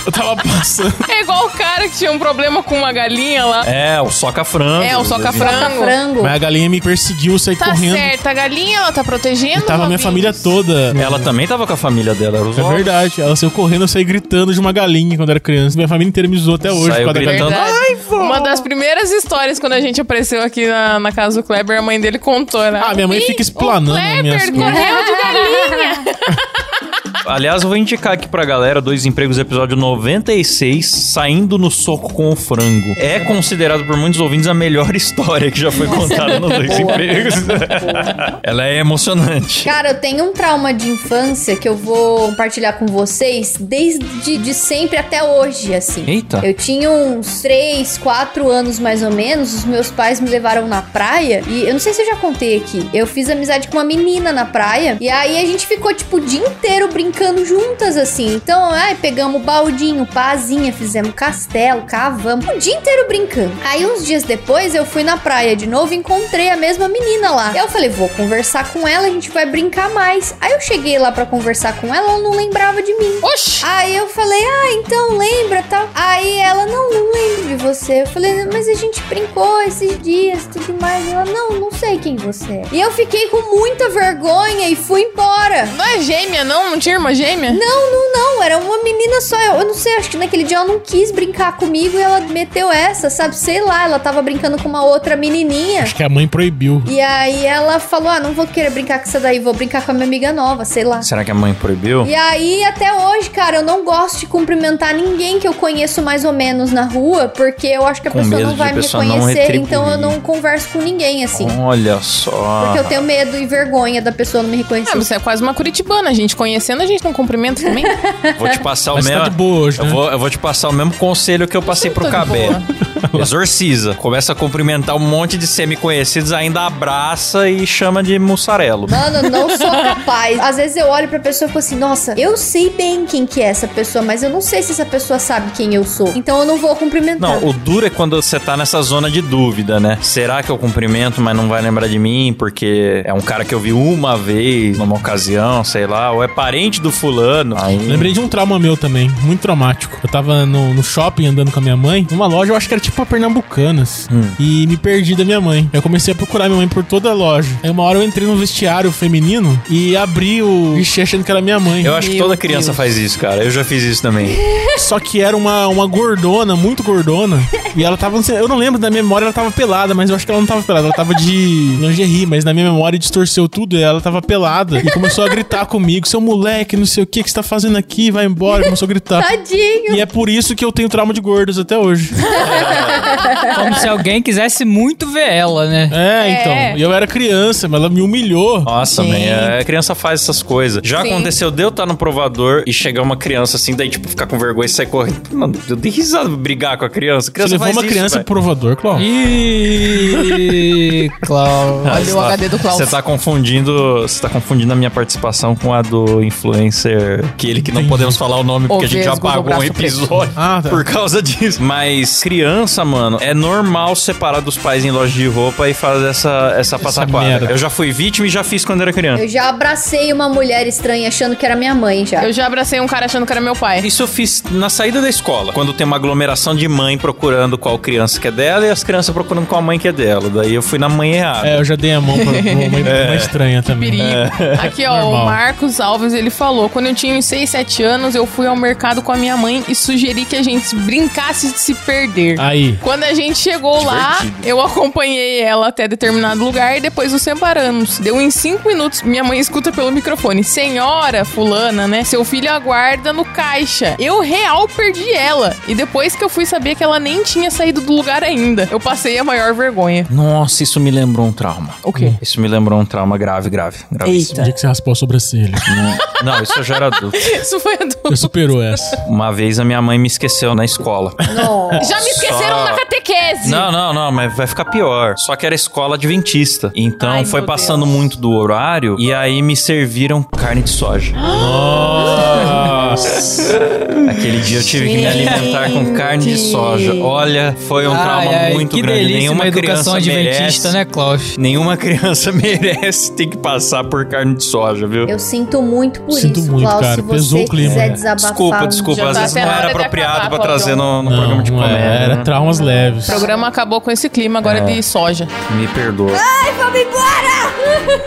Speaker 2: eu tava passando.
Speaker 4: É igual o cara que tinha um problema com uma galinha lá.
Speaker 1: É, o soca-frango.
Speaker 4: É, o soca-frango.
Speaker 3: Tá Frango.
Speaker 2: Mas a galinha me perseguiu, eu saí
Speaker 4: Tá
Speaker 2: correndo.
Speaker 4: certo, a galinha ela tá protegendo.
Speaker 2: E tava
Speaker 4: os
Speaker 2: minha
Speaker 4: ovinhos?
Speaker 2: família toda.
Speaker 1: Ela também tava com a família dela. Era os
Speaker 2: É verdade. Ela saiu correndo, eu saí gritando de uma galinha quando era criança. Minha família inteira me zoou até hoje.
Speaker 1: Saiu
Speaker 2: por causa da galinha.
Speaker 1: gritando.
Speaker 4: É Verdade.
Speaker 1: Ai,
Speaker 4: Uma das primeiras histórias quando a gente apareceu aqui na, na casa do Kleber, a mãe dele contou, né?
Speaker 2: Ah, minha mãe
Speaker 4: Ih,
Speaker 2: fica explanando
Speaker 4: O
Speaker 2: as minhas
Speaker 4: Kleber
Speaker 2: coisas.
Speaker 4: correu de [laughs] galinha.
Speaker 1: Aliás, eu vou indicar aqui pra galera Dois Empregos, episódio 96, Saindo no Soco com o Frango. É considerado por muitos ouvintes a melhor [laughs] história que já foi contada nos Dois Empregos. Ela é emocionante.
Speaker 3: Cara, eu tenho um trauma de infância que eu vou compartilhar com vocês desde de sempre até hoje, assim.
Speaker 1: Eita.
Speaker 3: Eu tinha uns 3, 4 anos mais ou menos, os meus pais me levaram na praia e eu não sei se eu já contei aqui. Eu fiz amizade com uma menina na praia e aí a gente ficou tipo o dia inteiro brincando juntas assim. Então, ai, pegamos baldinho, pazinha, fizemos castelo, cavamos, o dia inteiro brincando. Aí uns dias depois eu fui na praia de novo e encontrei a mesma menina lá. Eu falei, vou conversar com ela, a gente vai brincar mais. Aí eu cheguei lá pra conversar com ela, ela não lembrava de mim.
Speaker 4: Oxi!
Speaker 3: Aí eu falei, ah, então lembra tal. Aí ela, não, não lembro de você. Eu falei, mas a gente brincou esses dias e tudo mais. Ela, não, não sei quem você é. E eu fiquei com muita vergonha e fui embora.
Speaker 4: Não é gêmea, não? Não tinha irmã gêmea?
Speaker 3: Não, não, não, era uma menina só. Eu, eu não sei, acho que naquele dia ela não quis brincar comigo e ela meteu essa, sabe? Sei lá, ela tava brincando com uma outra menininha.
Speaker 2: Acho que a mãe proibiu.
Speaker 3: E aí ela falou: Ah, não vou querer brincar com essa daí, vou brincar com a minha amiga nova, sei lá.
Speaker 1: Será que a mãe proibiu?
Speaker 3: E aí, até hoje, cara, eu não gosto de cumprimentar ninguém que eu conheço mais ou menos na rua, porque eu acho que a
Speaker 1: Com
Speaker 3: pessoa
Speaker 1: medo
Speaker 3: não
Speaker 1: de
Speaker 3: vai me
Speaker 1: pessoa não
Speaker 3: reconhecer,
Speaker 1: retribuir.
Speaker 3: então eu não converso com ninguém, assim.
Speaker 1: Olha só.
Speaker 3: Porque eu tenho medo e vergonha da pessoa não me
Speaker 4: Ah,
Speaker 3: reconhecer.
Speaker 4: você é quase uma curitibana, a gente. Conhecendo, a gente não cumprimenta [laughs] também.
Speaker 1: Vou te passar o
Speaker 2: Mas
Speaker 1: mesmo.
Speaker 2: tá de boa hoje,
Speaker 1: eu,
Speaker 2: né?
Speaker 1: vou, eu vou te passar o mesmo conselho que eu passei
Speaker 4: Eu tô
Speaker 1: pro
Speaker 4: de
Speaker 1: Cabé.
Speaker 4: boa.
Speaker 1: [laughs] Exorciza. Começa a cumprimentar um monte de semi-conhecidos, ainda abraça e chama de mussarelo.
Speaker 3: Mano, não sou capaz. Às vezes eu olho pra pessoa e falo assim, nossa, eu sei bem quem que é essa pessoa, mas eu não sei se essa pessoa sabe quem eu sou. Então eu não vou cumprimentar.
Speaker 1: Não, o duro é quando você tá nessa zona de dúvida, né? Será que eu cumprimento, mas não vai lembrar de mim, porque é um cara que eu vi uma vez, numa ocasião, sei lá, ou é parente do fulano. Aí...
Speaker 2: Lembrei de um trauma meu também, muito traumático. Eu tava no, no shopping andando com a minha mãe, numa loja, eu acho que era tipo uma Pernambucanas,
Speaker 1: Hum.
Speaker 2: e me perdi da minha mãe. Eu comecei a procurar minha mãe por toda a loja. Aí uma hora eu entrei num vestiário feminino e abri o vestiário achando que era minha mãe.
Speaker 1: Eu acho que
Speaker 4: Meu
Speaker 1: toda criança
Speaker 4: Deus.
Speaker 1: faz isso, cara. Eu já fiz isso
Speaker 4: [laughs]
Speaker 1: também.
Speaker 2: Só que era uma, uma gordona, muito gordona. E ela tava. não sei, Eu não lembro da minha memória, ela tava pelada, mas eu acho que ela não tava pelada. Ela tava de [laughs] lingerie, mas na minha memória distorceu tudo. E ela tava pelada. E começou a gritar comigo: seu moleque, não sei o que, que você tá fazendo aqui? Vai embora. Começou a gritar.
Speaker 3: Tadinho.
Speaker 2: E é por isso que eu tenho trauma de gordos até hoje. [laughs]
Speaker 5: Como se alguém quisesse muito ver ela, né?
Speaker 2: É, então. E eu era criança, mas ela me humilhou.
Speaker 1: Nossa,
Speaker 4: Gente.
Speaker 1: man, é, a criança faz essas coisas. Já
Speaker 4: Sim.
Speaker 1: aconteceu de eu estar no provador e chegar uma criança assim, daí, tipo, ficar com vergonha e sair correndo. Mano, eu dei risada de brigar com a criança. A
Speaker 2: Você
Speaker 1: criança
Speaker 2: levou
Speaker 1: faz
Speaker 2: uma
Speaker 1: isso,
Speaker 2: criança
Speaker 1: velho.
Speaker 2: pro provador, Cláudio?
Speaker 5: Ih, Clau.
Speaker 4: Olha o HD do Klaus.
Speaker 2: é
Speaker 1: Você tá confundindo. Você tá confundindo a minha participação com a do influencer. Que ele que não podemos falar o nome, porque a gente já
Speaker 4: vesgo do
Speaker 1: apagou um
Speaker 4: braço preto.
Speaker 1: episódio
Speaker 2: Ah, tá.
Speaker 1: por causa disso. Mas criança, mano, é normal separar dos pais em loja de roupa e fazer essa, essa
Speaker 2: merda.
Speaker 1: pataquada. Eu já fui vítima e já fiz quando era criança.
Speaker 3: Eu já abracei uma mulher estranha achando que era minha mãe já.
Speaker 4: Eu já abracei um cara achando que era meu
Speaker 2: [laughs]
Speaker 4: pai.
Speaker 1: Isso eu fiz na saída da escola, quando tem uma aglomeração de mãe procurando qual criança que é dela e as crianças procurando qual mãe que é dela. Daí eu fui na mãe errada.
Speaker 2: É, eu já dei a [laughs] mão pra pra uma mãe
Speaker 1: É.
Speaker 2: uma estranha também.
Speaker 4: Perigo. Aqui, ó,
Speaker 2: É. Normal.
Speaker 4: o Marcos Alves, ele falou: quando eu tinha uns 6, 7 anos, eu fui ao mercado com a minha mãe e sugeri que a gente brincasse de se perder.
Speaker 2: Aí.
Speaker 4: Quando a gente chegou lá, eu acompanhei ela até determinado lugar e depois nos separamos. Deu em cinco minutos, minha mãe escuta pelo microfone: Senhora, fulana, né? Seu filho aguarda no caixa. Eu real perdi ela. E depois que eu fui saber que ela nem tinha saído do lugar ainda, eu passei a maior vergonha. [laughs]
Speaker 1: Nossa, isso me lembrou um trauma.
Speaker 4: O quê?
Speaker 1: Isso me lembrou um trauma grave, grave. gravíssimo.
Speaker 2: O um dia que você raspou a sobrancelha.
Speaker 1: Não, isso eu já era adulto.
Speaker 4: Isso foi adulto.
Speaker 2: Eu superou essa.
Speaker 1: [laughs] Uma vez a minha mãe me esqueceu na escola.
Speaker 3: Nossa.
Speaker 4: Já me esqueceram
Speaker 1: Só-
Speaker 4: na catequese.
Speaker 1: Não, não, não, mas vai ficar pior. Só que era escola adventista. Então
Speaker 4: Ai,
Speaker 1: foi
Speaker 4: meu
Speaker 1: passando
Speaker 4: Deus.
Speaker 1: muito do horário e aí me serviram carne de soja. Aquele dia eu tive que me alimentar com carne de soja. Olha, foi um trauma
Speaker 5: Ai, ai,
Speaker 1: muito
Speaker 5: que
Speaker 1: grande.
Speaker 5: delícia
Speaker 1: Nenhuma
Speaker 5: uma educação
Speaker 1: criança
Speaker 5: adventista,
Speaker 1: merece.
Speaker 5: né, Klaus?
Speaker 1: Nenhuma criança [laughs] merece ter que passar por carne de soja, viu?
Speaker 3: Eu sinto muito por
Speaker 2: Sinto
Speaker 3: isso,
Speaker 2: muito,
Speaker 3: Cláudio.
Speaker 2: cara.
Speaker 3: Se você
Speaker 2: Pesou o clima.
Speaker 3: quiser
Speaker 2: É.
Speaker 3: desabafar...
Speaker 1: Desculpa, desculpa.
Speaker 4: Já
Speaker 1: Às
Speaker 4: tá
Speaker 1: vezes
Speaker 4: até
Speaker 1: não
Speaker 4: na
Speaker 1: era
Speaker 4: hora de
Speaker 1: apropriado
Speaker 4: acabar,
Speaker 1: pra
Speaker 4: Claudião.
Speaker 1: trazer no, no programa de
Speaker 2: não
Speaker 1: comédia.
Speaker 2: é,
Speaker 1: né?
Speaker 2: era traumas leves.
Speaker 4: O programa acabou com esse clima agora
Speaker 1: É.
Speaker 4: de soja.
Speaker 1: Me perdoa.
Speaker 3: Vamos embora!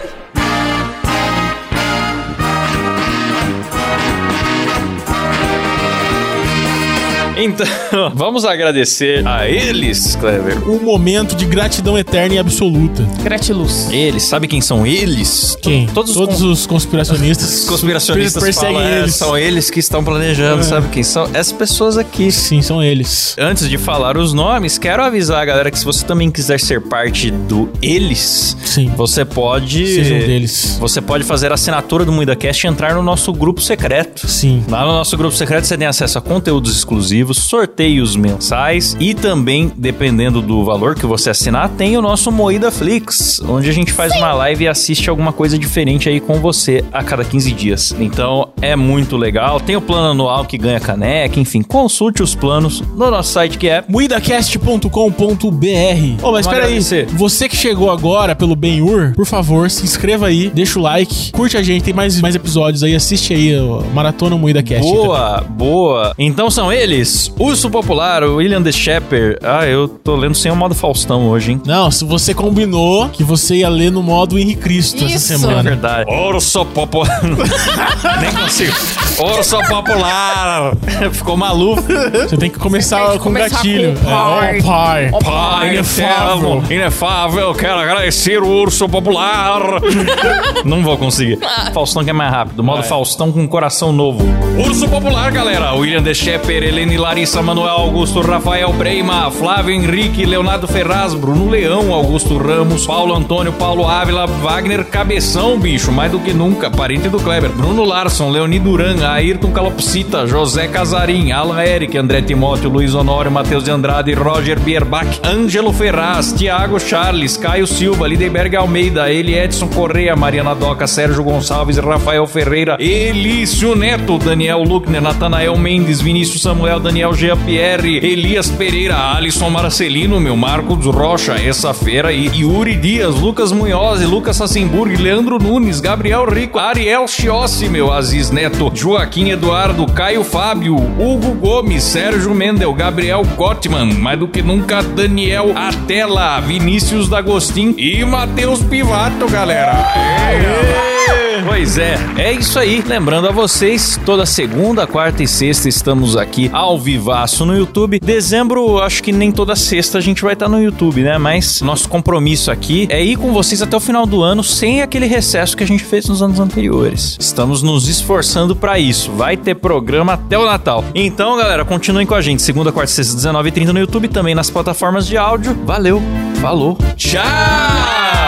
Speaker 1: Então, [laughs] vamos agradecer a eles, Clever.
Speaker 2: Um momento de gratidão eterna e absoluta.
Speaker 4: Gratiluz.
Speaker 1: Eles, sabe quem são eles?
Speaker 2: Quem?
Speaker 1: Todos, os con-
Speaker 2: os conspiracionistas.
Speaker 1: os conspiracionistas
Speaker 2: perseguem
Speaker 1: falam, é,
Speaker 2: eles.
Speaker 1: são eles que estão planejando, sabe quem são? Essas pessoas aqui.
Speaker 2: É. Sim, são eles.
Speaker 1: Antes de falar os nomes, quero avisar a galera que se você também quiser ser parte do eles,
Speaker 2: Sim.
Speaker 1: você pode
Speaker 2: Seja um deles.
Speaker 1: Você pode fazer a assinatura do MuidaCast e entrar no nosso grupo secreto.
Speaker 2: Sim.
Speaker 1: Lá no nosso grupo secreto você tem acesso a conteúdos exclusivos, sorteios mensais e também, dependendo do valor que você assinar, tem o nosso Moída Flix, onde a gente faz uma live e assiste alguma coisa diferente aí com você a cada 15 dias. Então é muito legal. Tem o plano anual que ganha caneca, enfim, consulte os planos no nosso site que é
Speaker 2: Muidacast.com.br Ô, mas
Speaker 1: Vamos
Speaker 2: peraí,
Speaker 1: agradecer.
Speaker 2: você que chegou agora pelo Benhur, por favor, se inscreva aí, deixa o like, curte a gente, tem mais, mais episódios aí, assiste aí ó, Maratona Muidacast.
Speaker 1: Boa, boa. Então são eles, Urso Popular, o William The Shepard. Ah, eu tô lendo sem o modo Faustão hoje, hein?
Speaker 2: Não, se você combinou que você ia ler no modo Henri Cristo
Speaker 4: Isso.
Speaker 2: essa
Speaker 1: É
Speaker 2: semana.
Speaker 1: verdade. Urso Popular. [laughs] Nem consigo. Urso Popular. Ficou maluco.
Speaker 2: Você tem que começar
Speaker 4: Você tem que
Speaker 2: com
Speaker 4: começar
Speaker 2: gatilho.
Speaker 4: com pai.
Speaker 2: É, ó, pai.
Speaker 1: Pai
Speaker 2: inefável.
Speaker 1: inefável, inefável, quero agradecer o Urso Popular. [laughs] Não vou conseguir. Faustão que é mais rápido. Modo Faustão com coração novo. Urso Popular, galera. William The Shepard, Helene Clarissa Manuel Augusto, Rafael Breima, Flávio Henrique, Leonardo Ferraz, Bruno Leão, Augusto Ramos, Paulo Antônio, Paulo Ávila, Wagner Cabeção, bicho, mais do que nunca, parente do Kleber, Bruno Larson, Leoni Duran, Ayrton Calopsita, José Casarim, Alan Eric, André Timóteo, Luiz Honório, Matheus de Andrade, Roger Bierbach, Ângelo Ferraz, Tiago Charles, Caio Silva, Lidenberg Almeida, Eli Edson Correia, Mariana Doca, Sérgio Gonçalves, Rafael Ferreira, Elício Neto, Daniel Luckner, Natanael Mendes, Vinícius Samuel, Daniel Jean Pierre, Elias Pereira, Alisson Marcelino, meu Marcos Rocha, essa fera e Yuri Dias, Lucas Munhoz, Lucas Sassenburg, Leandro Nunes, Gabriel Rico, Ariel Chiossi, meu Aziz Neto, Joaquim Eduardo, Caio Fábio, Hugo Gomes, Sérgio Mendel, Gabriel Gottman, mais do que nunca, Daniel Atela, Vinícius D'Agostin e Matheus Pivato, galera. Pois é, é isso aí. Lembrando a vocês, toda segunda, quarta e sexta estamos aqui ao vivaço no YouTube. Dezembro, acho que nem toda sexta a gente vai estar no YouTube, né? Mas nosso compromisso aqui é ir com vocês até o final do ano sem aquele recesso que a gente fez nos anos anteriores. Estamos nos esforçando pra isso. Vai ter programa até o Natal. Então, galera, continuem com a gente. Segunda, quarta e sexta, 19h30 no YouTube, também nas plataformas de áudio. Valeu, falou, tchau!